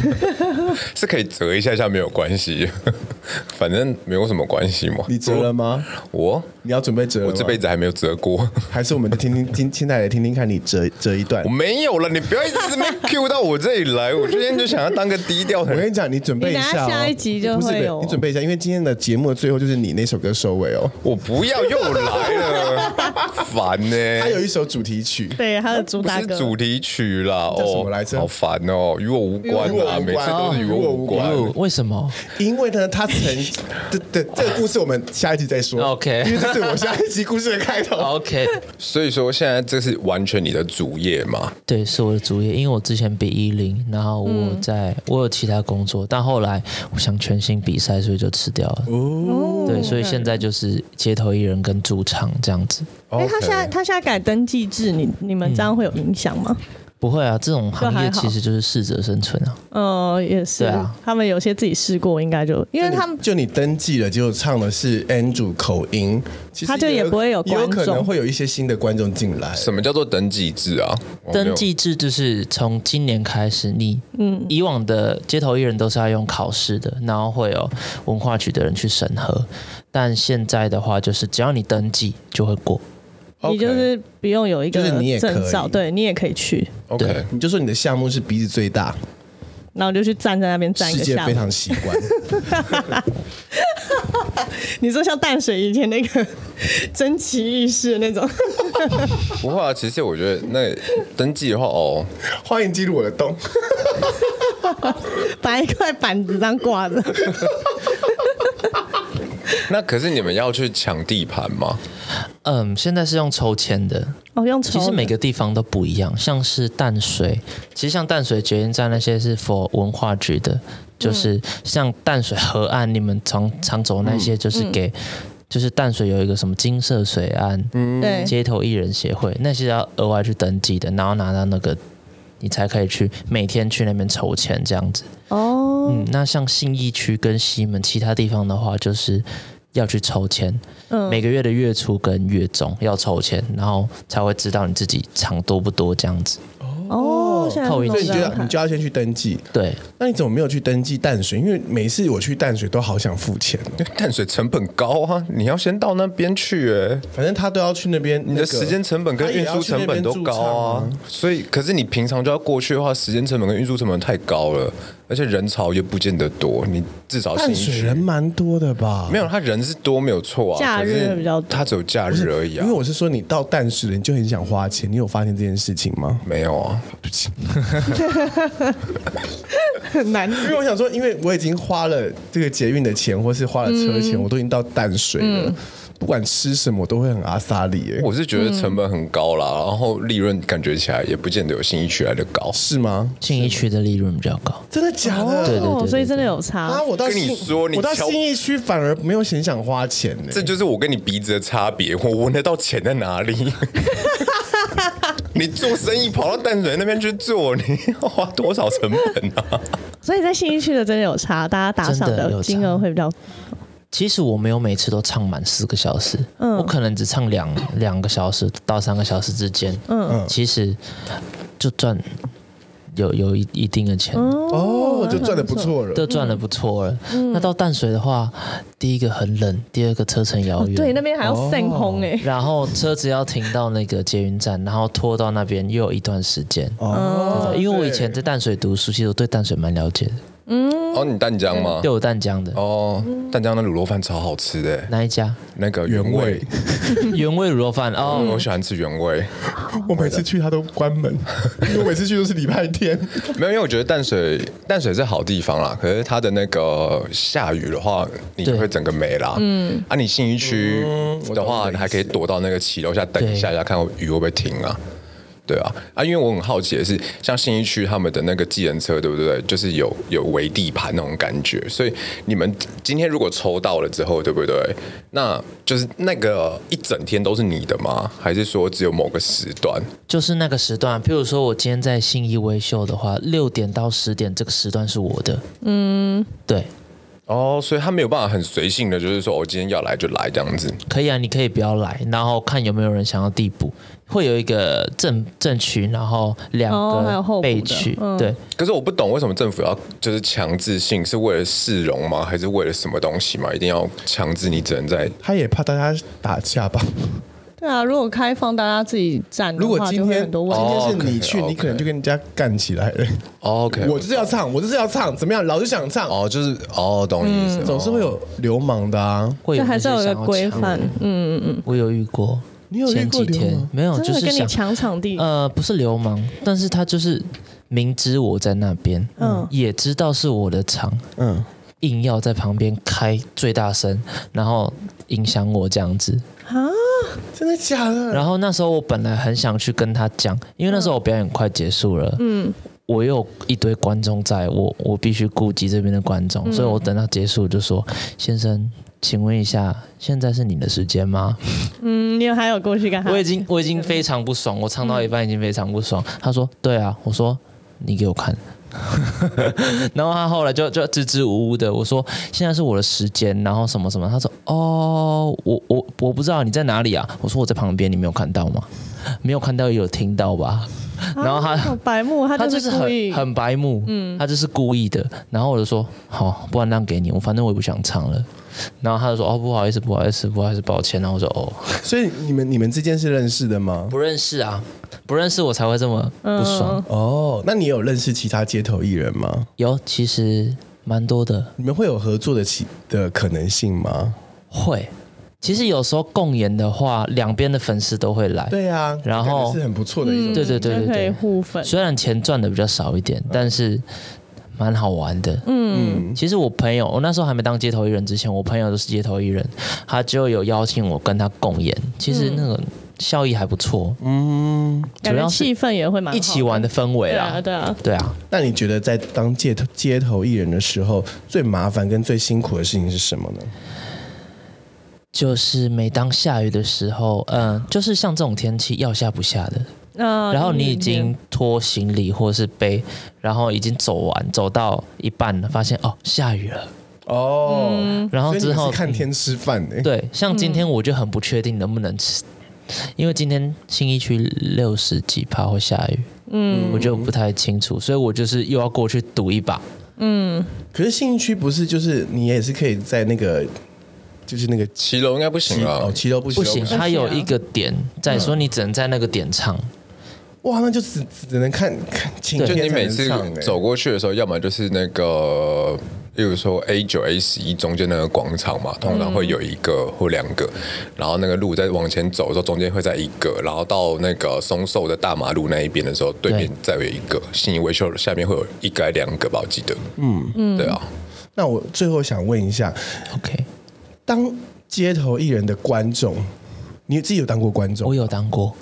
[SPEAKER 1] 是可以折一下下没有关系， 反正没有什么关系嘛。
[SPEAKER 3] 你折了吗？
[SPEAKER 1] 我，
[SPEAKER 3] 你要准备折了
[SPEAKER 1] 我
[SPEAKER 3] 吗？
[SPEAKER 1] 这辈子还没有折过，
[SPEAKER 3] 还是我们听听听，现在来听听看你折折一段
[SPEAKER 1] 我。没有了。你不要一直这边 Q 到我这里来，我今天就想要当个低调的
[SPEAKER 3] 我跟
[SPEAKER 1] 人。
[SPEAKER 3] 你讲，你准备一
[SPEAKER 2] 你
[SPEAKER 3] 下、
[SPEAKER 2] 等
[SPEAKER 3] 哦，
[SPEAKER 2] 下下一集就
[SPEAKER 3] 不是
[SPEAKER 2] 会
[SPEAKER 3] 不是
[SPEAKER 2] 有
[SPEAKER 3] 你准备一下，因为今天的节目的最后就是你那首歌收尾哦。
[SPEAKER 1] 我不要又来 了，烦呢、
[SPEAKER 3] 它有一首主题曲，
[SPEAKER 2] 对，他的主
[SPEAKER 1] 不
[SPEAKER 2] 打
[SPEAKER 1] 是
[SPEAKER 2] 歌。
[SPEAKER 1] 主题曲啦，
[SPEAKER 3] 叫什
[SPEAKER 1] 哦
[SPEAKER 3] 么来，着
[SPEAKER 1] 好烦哦，与我无关
[SPEAKER 3] 与我
[SPEAKER 1] 啊，
[SPEAKER 3] 无关
[SPEAKER 1] 每次都是与我无关。
[SPEAKER 5] 哦为什么？
[SPEAKER 3] 因为呢，它曾 对对这个故事我们下一集再说。
[SPEAKER 5] OK
[SPEAKER 3] 因为这是我下一集故事的开头。
[SPEAKER 5] OK，
[SPEAKER 1] 所以说现在这是完全你的主业嘛？
[SPEAKER 5] 对，是我的主业，因为我之前比一零，然后我
[SPEAKER 2] 嗯
[SPEAKER 5] 在、我有其他工作，但后来我想全新比赛，所以就辞掉了。对，所以现在就是街头艺人跟驻唱这样子。
[SPEAKER 2] 哎、他现在他现在改登记制，你你们这样会有影响吗？
[SPEAKER 5] 不会啊，这种行业
[SPEAKER 2] 就还好
[SPEAKER 5] 其实就是适者生存啊。
[SPEAKER 2] 呃，也是，
[SPEAKER 5] 对啊
[SPEAKER 2] 他们有些自己试过，应该就因为他们
[SPEAKER 3] 就你登记了，结果唱的是 Andrew 口音，其实
[SPEAKER 2] 他就也不会有
[SPEAKER 3] 也有
[SPEAKER 2] 观众
[SPEAKER 3] 可能会有一些新的观众进来。
[SPEAKER 1] 什么叫做登记制啊？我没有
[SPEAKER 5] 登记制就是从今年开始，你嗯，以往的街头艺人都是要用考试的，然后会有文化局的人去审核，但现在的话就是只要你登记就会过。
[SPEAKER 2] 你就是不用有一个
[SPEAKER 3] 就是你也可以
[SPEAKER 2] 证照，对你也可以去，
[SPEAKER 1] OK，
[SPEAKER 5] 对
[SPEAKER 3] 你就说你的项目是鼻子最大，
[SPEAKER 2] 然后就去站在那边站一
[SPEAKER 3] 世
[SPEAKER 2] 个
[SPEAKER 3] 界
[SPEAKER 2] 下
[SPEAKER 3] 非
[SPEAKER 2] 午。
[SPEAKER 3] 常喜欢。
[SPEAKER 2] 你说像淡水以前那个 珍奇异事那种，
[SPEAKER 1] 不会啊。其实我觉得那登记的话，哦，
[SPEAKER 3] 欢迎进入我的 洞。
[SPEAKER 2] 把一块板子这样挂着。
[SPEAKER 1] 那可是你们要去抢地盘吗？
[SPEAKER 5] 嗯，现在是用抽签的，
[SPEAKER 2] 哦，用抽
[SPEAKER 5] 其
[SPEAKER 2] 的。
[SPEAKER 5] 实每个地方都不一样，像是淡水，其实像淡水捷运站那些是 for 文化局的，就是像淡水河岸，你们常常走那些，就是给、就是淡水有一个什么金色水岸、
[SPEAKER 2] 对，
[SPEAKER 5] 街头艺人协会，那些要额外去登记的，然后拿到那个。你才可以去每天去那边筹钱这样子，
[SPEAKER 2] 哦，
[SPEAKER 5] 嗯，那像信义区跟西门其他地方的话，就是要去抽签，
[SPEAKER 2] 嗯
[SPEAKER 5] 每个月的月初跟月中要抽签，然后才会知道你自己场多不多这样子。
[SPEAKER 2] 哦，现在
[SPEAKER 5] 靠运
[SPEAKER 3] 所
[SPEAKER 2] 懂
[SPEAKER 3] 以你就
[SPEAKER 2] 这样
[SPEAKER 3] 要
[SPEAKER 2] 看
[SPEAKER 3] 你就要先去登记。
[SPEAKER 5] 对，
[SPEAKER 3] 那你怎么没有去登记淡水？因为每次我去淡水都好想付钱哦，
[SPEAKER 1] 哎淡水成本高啊，你要先到那边去、欸，
[SPEAKER 3] 反正他都要去那边，
[SPEAKER 1] 你
[SPEAKER 3] 那
[SPEAKER 1] 的
[SPEAKER 3] 个
[SPEAKER 1] 时间成本跟运输成本都高
[SPEAKER 3] 他
[SPEAKER 1] 啊，
[SPEAKER 3] 也要去那边驻唱
[SPEAKER 1] 所以可是你平常就要过去的话，时间成本跟运输成本太高了，而且人潮也不见得多，你至少
[SPEAKER 3] 淡
[SPEAKER 1] 新
[SPEAKER 3] 水
[SPEAKER 1] 区
[SPEAKER 3] 人蛮多的吧？
[SPEAKER 1] 没有，他人是多没有错啊，
[SPEAKER 2] 假日
[SPEAKER 1] 可是
[SPEAKER 2] 比较多
[SPEAKER 1] 他只有假日而已啊
[SPEAKER 3] 因为，我是说，你到淡水了，你就很想花钱，你有发现这件事情吗？
[SPEAKER 1] 没有啊，
[SPEAKER 3] 对不起，
[SPEAKER 2] 很难
[SPEAKER 3] 因为我想说，因为我已经花了这个捷运的钱，或是花了车
[SPEAKER 2] 嗯
[SPEAKER 3] 钱，我都已经到淡水了，不管吃什么，我都会很阿萨里、耶
[SPEAKER 1] 我是觉得成本很高啦，然后利润感觉起来也不见得有新一区来的高。
[SPEAKER 3] 是吗？
[SPEAKER 5] 信义区的利润比较高。
[SPEAKER 3] 真的假的？
[SPEAKER 5] 对对
[SPEAKER 2] 哦，
[SPEAKER 5] 对
[SPEAKER 2] 所以真的有
[SPEAKER 3] 啊！
[SPEAKER 2] 差。
[SPEAKER 3] 我到
[SPEAKER 1] 跟你
[SPEAKER 3] 信
[SPEAKER 1] 说你
[SPEAKER 3] 我到
[SPEAKER 1] 敲
[SPEAKER 3] 新义区反而没有很想花钱呢、
[SPEAKER 1] 这就是我跟你鼻子的差别，我闻得到钱在哪里。你做生意跑到淡水那边去做，你 要花多少成本啊？
[SPEAKER 2] 所以在信义区的真的有差，大家打赏
[SPEAKER 5] 真的有
[SPEAKER 2] 的
[SPEAKER 5] 差
[SPEAKER 2] 金额会比较
[SPEAKER 5] 其实我没有每次都唱满四个小时，我可能只唱两两个小时到三个小时之间。嗯，其实就赚有有一一定的钱，
[SPEAKER 3] 哦，就赚的不错了。
[SPEAKER 5] 都赚的不错了。那到淡水的话，第一个很冷，第二个车程遥远，
[SPEAKER 2] 对，那边还要散红哎，
[SPEAKER 5] 然后车子要停到那个捷运站，然后拖到那边又有一段时间。
[SPEAKER 2] 嗯
[SPEAKER 5] 呃
[SPEAKER 3] 哦，
[SPEAKER 5] 因为我以前在淡水读书，其实我对淡水蛮了解的，
[SPEAKER 1] 哦，你淡江吗
[SPEAKER 5] 对？我淡江的、
[SPEAKER 1] 哦，淡江的卤肉饭超好吃的，
[SPEAKER 5] 哪一 家
[SPEAKER 1] 那个
[SPEAKER 3] 原
[SPEAKER 1] 原味
[SPEAKER 3] 味，，
[SPEAKER 5] 原味卤肉饭
[SPEAKER 1] 嗯
[SPEAKER 5] 哦
[SPEAKER 1] 我，喜欢吃原味。
[SPEAKER 3] 我每次去他都关门，因为我每次去都是礼拜天。
[SPEAKER 1] 没有，因为我觉得淡水淡水是好地方啦，可是它的那个下雨的话，你就
[SPEAKER 5] 对
[SPEAKER 1] 会整个没啦。嗯，啊，你信义区的话，嗯你还可以躲到那个骑楼下等一下，下看雨会不会停啊？对啊，啊，因为我很好奇的是，像信义区他们的那个计程车，对不对？就是有有围地盘那种感觉，所以你们今天如果抽到了之后，对不对？那就是那个一整天都是你的吗？还是说只有某个时段？
[SPEAKER 5] 就是那个时段。譬如说，我今天在信义微秀的话，六点到十点这个时段是我的。嗯，对，
[SPEAKER 1] 哦，所以他没有办法很随性的，就是说我、今天要来就来这样子。
[SPEAKER 5] 可以啊，你可以不要来，然后看有没有人想要递补，会有一个正正区，然后两
[SPEAKER 2] 哦还有
[SPEAKER 5] 个
[SPEAKER 2] 候补的
[SPEAKER 5] 备区，
[SPEAKER 2] 嗯
[SPEAKER 5] 对。
[SPEAKER 1] 可是我不懂为什么政府要就是强制性，是为了市容吗？还是为了什么东西吗？一定要强制你只能在
[SPEAKER 3] 他也怕大家打架吧？
[SPEAKER 2] 对啊，如果开放大家自己站的
[SPEAKER 3] 如果
[SPEAKER 2] 话，
[SPEAKER 3] 今
[SPEAKER 2] 就会
[SPEAKER 3] 天
[SPEAKER 2] 很多
[SPEAKER 3] 今
[SPEAKER 2] 问题。
[SPEAKER 1] 哦
[SPEAKER 3] 天是你去，
[SPEAKER 1] OK，OK
[SPEAKER 3] 你可能就跟人家干起来了。
[SPEAKER 1] OK
[SPEAKER 3] 我就是要唱，我就是要唱，怎么样？老子想唱，
[SPEAKER 1] 哦，就是哦，懂你意思，
[SPEAKER 3] 总是会有流氓的啊。
[SPEAKER 5] 会有
[SPEAKER 2] 就
[SPEAKER 5] 那
[SPEAKER 2] 还
[SPEAKER 5] 些
[SPEAKER 2] 是要有
[SPEAKER 5] 想
[SPEAKER 2] 个
[SPEAKER 5] 要
[SPEAKER 2] 规
[SPEAKER 5] 抢啊
[SPEAKER 2] 范，嗯，
[SPEAKER 5] 我有遇过，
[SPEAKER 3] 你有遇过
[SPEAKER 5] 前几
[SPEAKER 3] 流
[SPEAKER 5] 天
[SPEAKER 3] 氓
[SPEAKER 5] 没有，哦就
[SPEAKER 2] 真的
[SPEAKER 5] 是
[SPEAKER 2] 跟你
[SPEAKER 5] 想
[SPEAKER 2] 抢场地，
[SPEAKER 5] 呃，不是流氓，但是他就是明知我在那边，
[SPEAKER 2] 嗯
[SPEAKER 5] 也知道是我的场，
[SPEAKER 3] 嗯，
[SPEAKER 5] 硬要在旁边开最大声，然后影响我这样子。
[SPEAKER 2] 啊
[SPEAKER 3] 真的假的？
[SPEAKER 5] 然后那时候我本来很想去跟他讲，因为那时候我表演快结束了，嗯，我又有一堆观众在，我我必须顾及这边的观
[SPEAKER 2] 嗯
[SPEAKER 5] 众，所以我等到结束就说，先生，请问一下，现在是你的时间吗？
[SPEAKER 2] 嗯，你有还有过去跟他
[SPEAKER 5] 我已经我已经非常不爽，我唱到一半已经非常不爽。他说：“对啊。”我说：“你给我看。” 然后他后来就就支支吾吾的，我说：“现在是我的时间，然后什么什么。”他说：“哦，我我我不知道你在哪里啊。”我说：“我在旁边，你没有看到吗？没有看到也有听到吧？” 然后他、
[SPEAKER 2] 啊好白目，他
[SPEAKER 5] 他
[SPEAKER 2] 就
[SPEAKER 5] 就是是
[SPEAKER 2] 故
[SPEAKER 5] 很
[SPEAKER 2] 意
[SPEAKER 5] 很白目，嗯，他就是故意的。然后我就说好，不然让给你，我反正我也不想唱了。然后他就说哦，不好意思，不好意思，不好意思，抱歉。然后我说哦，
[SPEAKER 3] 所以你们你们之间是认识的吗？
[SPEAKER 5] 不认识啊，不认识我才会这么不爽。
[SPEAKER 3] 哦，那你有认识其他街头艺人吗？
[SPEAKER 5] 有，其实蛮多的，
[SPEAKER 3] 你们会有合作的起的可能性吗？
[SPEAKER 5] 会。其实有时候共演的话，两边的粉丝都会来。
[SPEAKER 3] 对啊，
[SPEAKER 5] 然后嗯
[SPEAKER 3] 感觉是很不错的一种。
[SPEAKER 5] 对对对对
[SPEAKER 2] 就可以
[SPEAKER 5] 对，
[SPEAKER 2] 互粉，
[SPEAKER 5] 虽然钱赚的比较少一点，但是蛮好玩的。嗯，其实我朋友，我那时候还没当街
[SPEAKER 2] 嗯
[SPEAKER 5] 头艺人之前，我朋友都是街头艺人，他就有邀请我跟他共演。其实那个效益还不错，主
[SPEAKER 2] 感觉
[SPEAKER 5] 要是
[SPEAKER 2] 气氛也会蛮好
[SPEAKER 5] 一起玩的氛围
[SPEAKER 2] 对
[SPEAKER 5] 啦
[SPEAKER 2] 啊，，对啊，
[SPEAKER 5] 对啊，
[SPEAKER 3] 那你觉得在当街头街头艺人的时候，最麻烦跟最辛苦的事情是什么呢？
[SPEAKER 5] 就是每当下雨的时候，嗯，就是像这种天气要下不下的，
[SPEAKER 2] 那
[SPEAKER 5] 然后哦你已
[SPEAKER 2] 嗯
[SPEAKER 5] 经拖行李或是背，然后已经走完，走到一半了，发现哦下雨了，
[SPEAKER 3] 哦，
[SPEAKER 5] 嗯然后
[SPEAKER 3] 所以你
[SPEAKER 5] 之后
[SPEAKER 3] 是看天吃饭欸的、
[SPEAKER 5] 对，像今天我就很不确定能不能吃，因为今天新一区六十几趴会下雨，嗯，我就不太清楚，所以我就是又要过去赌一把。
[SPEAKER 3] 可是信义区不是就是你也是可以在那个就是那个
[SPEAKER 1] 骑楼应该不行啊了
[SPEAKER 3] 哦，，骑楼不行嗯
[SPEAKER 5] 不行，它有一个点在说你只能在那个点唱，
[SPEAKER 3] 哇，那就只只能看看晴
[SPEAKER 5] 对
[SPEAKER 1] 就
[SPEAKER 3] 天
[SPEAKER 1] 你每次
[SPEAKER 3] 才能唱欸
[SPEAKER 1] 走过去的时候，要么就是那个，例如说 A 九 A 十一中间那个广场嘛，通常会有一个或两个，然后那个路再往前走的时候，中间会在一个，然后到那个松寿的大马路那一边的时候，对面再有一个，信义维修下面会有一个还两个吧，我记得，嗯嗯，对啊，
[SPEAKER 3] 那我最后想问一下，
[SPEAKER 5] OK，
[SPEAKER 3] 当街头艺人的观众，你自己有当过观众
[SPEAKER 5] 我？有当过。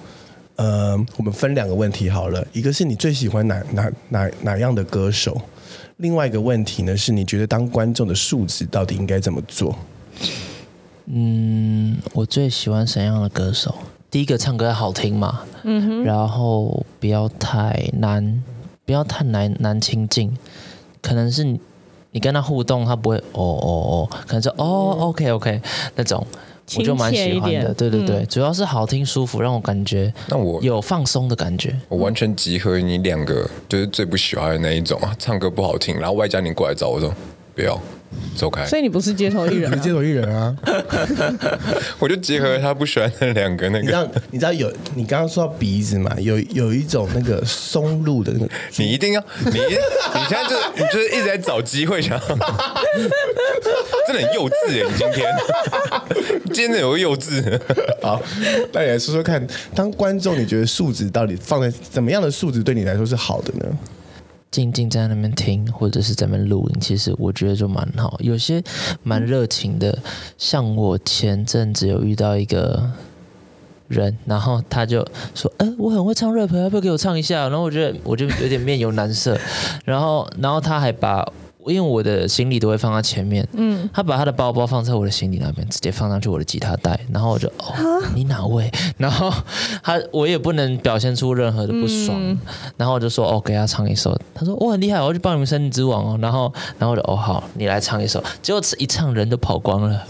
[SPEAKER 3] 呃，我们分两个问题好了，一个是你最喜欢哪哪哪哪样的歌手，另外一个问题呢是你觉得当观众的素质到底应该怎么做？
[SPEAKER 5] 嗯，我最喜欢什么样的歌手？第一个唱歌要好听嘛，嗯哼，然后不要太难，不要太难难亲近，可能是你你跟他互动，他不会哦哦哦，可能是哦 OK OK 那种，我就蛮喜
[SPEAKER 2] 嗯亲切
[SPEAKER 5] 欢
[SPEAKER 2] 一
[SPEAKER 5] 的，
[SPEAKER 2] 点嗯
[SPEAKER 5] 对对对，主要是好听舒服，让我感觉
[SPEAKER 1] 那我
[SPEAKER 5] 有放松的感觉。
[SPEAKER 1] 我完全集合你两个，就是最不喜欢的那一种啊，唱歌不好听，然后外加你过来找我说不要走开，
[SPEAKER 2] 所以你不是街头艺 人
[SPEAKER 3] 你
[SPEAKER 2] 啊、
[SPEAKER 3] 是街头艺人啊，
[SPEAKER 1] 我就结合他不喜欢的两个那
[SPEAKER 3] 你知
[SPEAKER 1] 个，
[SPEAKER 3] 道你知道有你刚刚说到鼻子嘛，有有一种那个松露的那个，
[SPEAKER 1] 你一定要你一你现在就是你就是一直在找机会想要，真的很幼稚耶！你今天你今天真的有个幼稚，
[SPEAKER 3] 好，那你来说说看，当观众你觉得素质到底放在怎么样的素质对你来说是好的呢？
[SPEAKER 5] 静静在那边听，或者是在那边录音，其实我觉得就蛮好。有些蛮热情的，像我前阵子有遇到一个人，然后他就说：“哎、我很会唱 rap，要不要给我唱一下？”然后我觉得我就有点面有难色， 然后然后他还把。因为我的行李都会放在前面，嗯，他把他的包包放在我的行李那边，直接放上去我的吉他袋，然后我就哦，你哪位？ 然后他我也不能表现出任何的不爽，然后我就说哦，给他唱一首。他说我很厉害，我要去帮你们森林之王哦。然后，然后我就哦好，你来唱一首。结果一唱人都跑光了，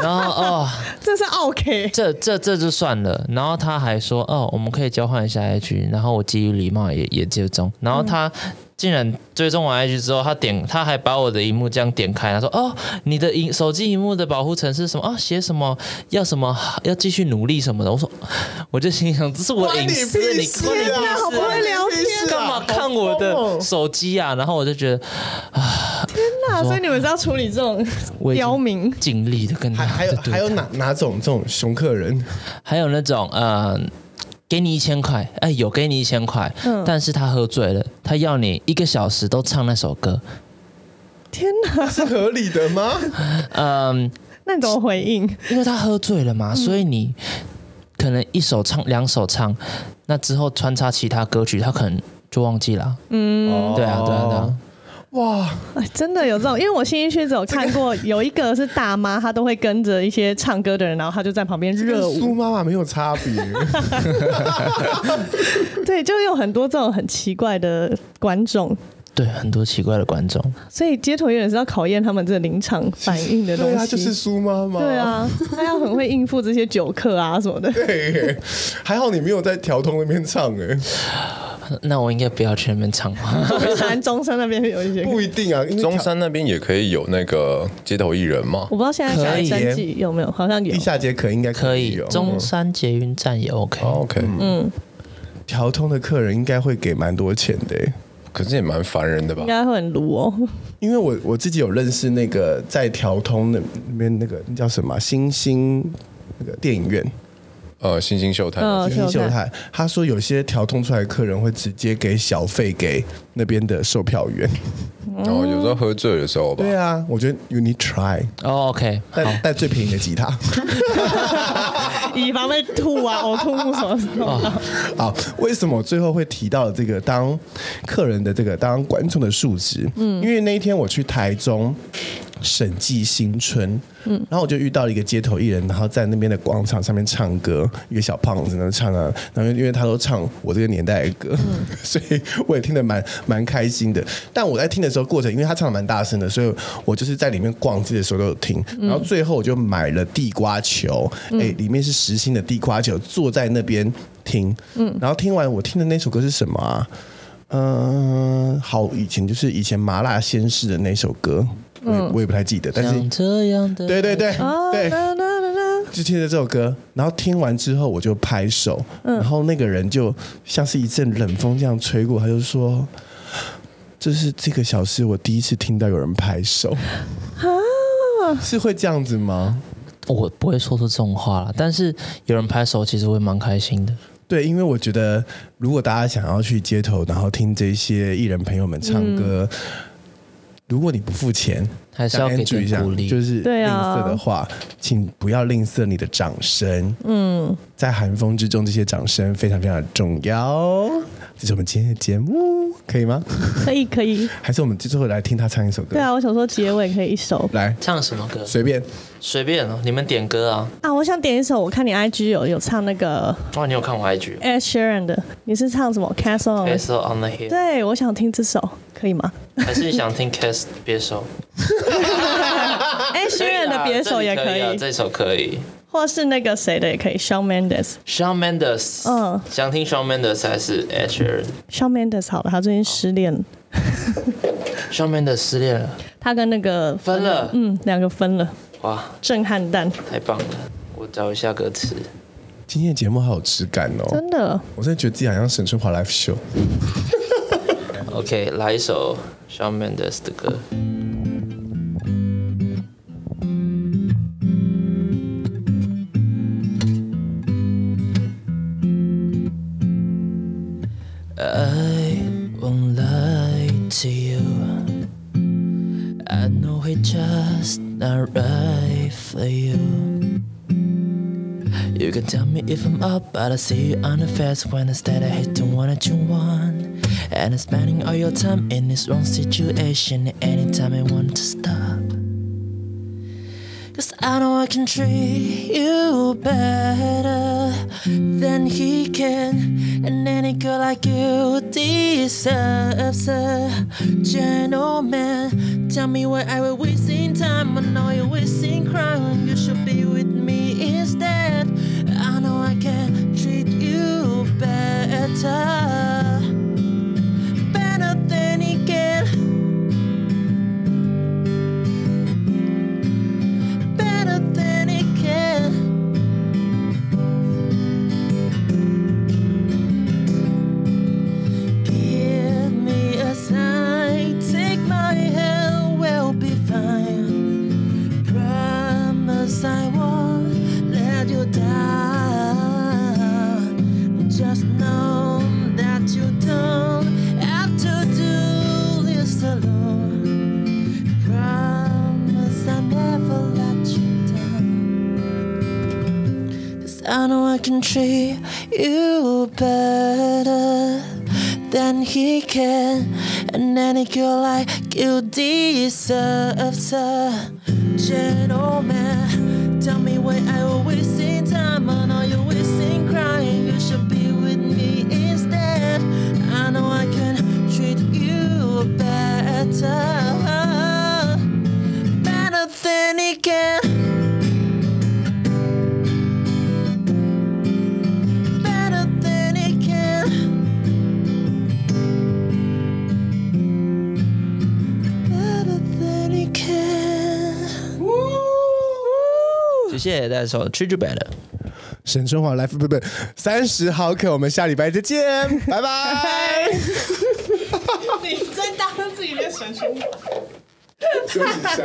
[SPEAKER 5] 然后哦，
[SPEAKER 2] 这是 OK，
[SPEAKER 5] 这这这就算了。然后他还说哦，我们可以交换一下 IG。然后我基于礼貌也也接中。然后他竟然追踪完 IG 之后，他点他还把我的荧幕这样点开，他说哦，你的荧手机荧幕的保护层是什么？哦，写什么要什么要继续努力什么的。我说，我就心想这是我的隐私，你关你屁事啊
[SPEAKER 2] 好不会聊
[SPEAKER 3] 啊
[SPEAKER 2] 天
[SPEAKER 5] 干嘛看我的手机啊？然后我就觉得
[SPEAKER 2] 啊！所以你们是要处理这种
[SPEAKER 5] 我已经
[SPEAKER 2] 刁民，
[SPEAKER 5] 尽力的跟他
[SPEAKER 3] 还还有
[SPEAKER 5] 对
[SPEAKER 3] 还有哪哪种这种熊客人？
[SPEAKER 5] 还有那种呃，给你一千块，哎，有给你一千块，但是他喝醉了，他要你一个小时都唱那首歌，
[SPEAKER 2] 天哪！
[SPEAKER 3] 是合理的吗？
[SPEAKER 5] 嗯，
[SPEAKER 2] 那你怎么回应？
[SPEAKER 5] 因为他喝醉了嘛，所以你可能一首唱两首唱，那之后穿插其他歌曲，他可能就忘记了。
[SPEAKER 3] 嗯，
[SPEAKER 5] 对啊，对啊，对啊。
[SPEAKER 3] 哇，
[SPEAKER 2] 哎真的有这种，因为我新一区只有看过有一个是大妈，她都会跟着一些唱歌的人，然后她就在旁边热
[SPEAKER 3] 跟
[SPEAKER 2] 舞
[SPEAKER 3] 苏。妈妈没有差别。
[SPEAKER 2] 对，就有很多这种很奇怪的观众，
[SPEAKER 5] 对，很多奇怪的观众，
[SPEAKER 2] 所以街头艺人是要考验他们这临场反应的东
[SPEAKER 3] 对
[SPEAKER 2] 西。
[SPEAKER 3] 啊，就是苏妈妈。
[SPEAKER 2] 对，啊，他要很会应付这些酒客啊什么 的。
[SPEAKER 3] 对， 还好你没有在调通那边唱哎、
[SPEAKER 5] 那我应该不要去那边唱 吧。
[SPEAKER 2] 中山中山那边有一些，
[SPEAKER 3] 不一定啊，因为
[SPEAKER 1] 中山那边也可以有那个街头艺人嘛
[SPEAKER 2] 我，不知道现在小
[SPEAKER 5] 可
[SPEAKER 2] 孩
[SPEAKER 5] 以耶
[SPEAKER 2] 登记有没有，好像有
[SPEAKER 3] 地。下街可应该
[SPEAKER 5] 可以
[SPEAKER 3] 以哦，。
[SPEAKER 5] 中山捷运站也 OK。
[SPEAKER 1] 哦 OK，
[SPEAKER 3] 调通的客人应该会给蛮多钱的、欸。
[SPEAKER 1] 可是也蛮烦人的吧
[SPEAKER 2] 应？该会很卢哦，
[SPEAKER 3] 因为我我自己有认识那个在调通那那边那个那叫什么啊星星那个电影院，
[SPEAKER 1] 呃，星星秀太
[SPEAKER 2] 嗯，
[SPEAKER 3] 星星
[SPEAKER 2] 秀
[SPEAKER 3] 秀
[SPEAKER 2] 泰
[SPEAKER 3] 泰，他说有些调通出来的客人会直接给小费给那边的售票员。
[SPEAKER 1] 然后有时候喝醉的时候吧，
[SPEAKER 3] 对啊，我觉得 you need try，
[SPEAKER 5] 哦，OK，好
[SPEAKER 3] 带带最便宜的吉他。
[SPEAKER 2] 以防被吐啊、呕吐物什么什
[SPEAKER 3] 哦
[SPEAKER 2] 么的。
[SPEAKER 3] 好，为什么最后会提到这个当客人的这个当观众的数值？嗯，因为那一天我去台中审计新村，嗯，然后我就遇到一个街头艺人，然后在那边的广场上面唱歌，一个小胖子呢唱啊，然后因为他都唱我这个年代的歌， 所以我也听得蛮蛮开心的。但我在听的时候过程，因为他唱的蛮大声的，所以我就是在里面逛街的时候都有听，然后最后我就买了地瓜球，哎、里面是实心的地瓜球，坐在那边。听，嗯，然后听完我听的那首歌是什么啊？嗯、好，以前就是以前麻辣鲜师的那首歌，我也我也不太记得，但是
[SPEAKER 5] 像嗯这样哦的，
[SPEAKER 3] 对对对对，
[SPEAKER 2] 啦啦啦啦
[SPEAKER 3] 就听着这首歌，然后听完之后我就拍手，
[SPEAKER 5] 嗯
[SPEAKER 3] 然后那个人就像是一阵冷风这样吹过，他就说。这是这个小时我第一次听到有人拍手，
[SPEAKER 5] 啊
[SPEAKER 3] 是会这样子吗？
[SPEAKER 5] 我不会说出这种话了，但是有人拍手，其实我也蛮开心的。
[SPEAKER 3] 对，因为我觉得，如果大家想要去街头，然后听这些艺人朋友们唱
[SPEAKER 2] 嗯
[SPEAKER 3] 歌，如果你不付钱，
[SPEAKER 5] 还是要
[SPEAKER 3] 像
[SPEAKER 5] 给
[SPEAKER 3] Andrew
[SPEAKER 5] 点
[SPEAKER 3] 一样
[SPEAKER 5] 鼓励
[SPEAKER 3] 就是
[SPEAKER 2] 对
[SPEAKER 3] 吝
[SPEAKER 2] 啊
[SPEAKER 3] 啬的话，请不要吝啬你的掌声。嗯，在寒风之中，这些掌声非常非常重要。这是我们今天的节目，可以吗？
[SPEAKER 2] 可以可以，
[SPEAKER 3] 还是我们最后来听他唱一首歌？
[SPEAKER 2] 对啊，我想说结尾可以一首
[SPEAKER 3] 来
[SPEAKER 5] 唱什么歌？
[SPEAKER 3] 随便。
[SPEAKER 5] 随便哦，你们点歌啊。
[SPEAKER 2] 啊，我想点一首，我看你 IG 有有唱那个
[SPEAKER 5] 哇，你有看我 IG？
[SPEAKER 2] Ed Sheeran 的，你是唱什么 Castle？
[SPEAKER 5] 别
[SPEAKER 2] on-
[SPEAKER 5] 手 on the hill，
[SPEAKER 2] 对，啊我想听这首，可以吗
[SPEAKER 5] 还是你想听 Cast 别手？
[SPEAKER 2] ？Ed Sheeran 哎的别手也
[SPEAKER 5] 啊可
[SPEAKER 2] 可
[SPEAKER 5] 以啊，
[SPEAKER 2] 以，
[SPEAKER 5] 这首可以。
[SPEAKER 2] 或是那个谁的也可以，Shawn Mendes，Shawn
[SPEAKER 5] Shawn Mendes，
[SPEAKER 2] 嗯
[SPEAKER 5] 想听 Shawn Mendes 还是 a s h e r
[SPEAKER 2] Mendes 好了，他最近失恋了，
[SPEAKER 5] ？Shawn Mendes 失恋了，
[SPEAKER 2] 他跟那个
[SPEAKER 5] 分了，
[SPEAKER 2] 嗯两个分了，
[SPEAKER 5] 哇，
[SPEAKER 2] 震撼弹，
[SPEAKER 5] 太棒了！我找一下歌词。
[SPEAKER 3] 今天的节目好有质感哦，
[SPEAKER 2] 真的
[SPEAKER 3] 我真的觉得自己好像沈春华 live show。
[SPEAKER 5] OK，来一首 Shawn Mendes 的歌。I won't lie to you. I know it's just not right for you. You can tell me if I'm up, but I see you on the fast when instead I hit the one that you want. And I'm spending all your time in this wrong situation anytime I want to stop. Cause I know I can treat you better than he can. And any girl like you deserves a gentleman. Tell me why I was wasting time. I know you're wasting crime. You should be with me instead. I know I can treat you better. Better than he can. better than it can. Give me a sign, take my hand, we'll be fine. Promise I won't let you down. Just know that you don't have to do this alone promise I'll never let you down. Cause I know I can treat you better than he can. And any girl like you deserves a gentleman. Tell me why I was wasting time on all your wasting crying. You should be with me instead. I know I can treat you better. Better than he can. Better than he can. Better than he can. 谢谢大家收，吃就白了。
[SPEAKER 3] 沈春华 live 不不三十毫克，我们下礼拜再见，拜拜。
[SPEAKER 2] 你在当自己的神出。
[SPEAKER 3] 休息一下。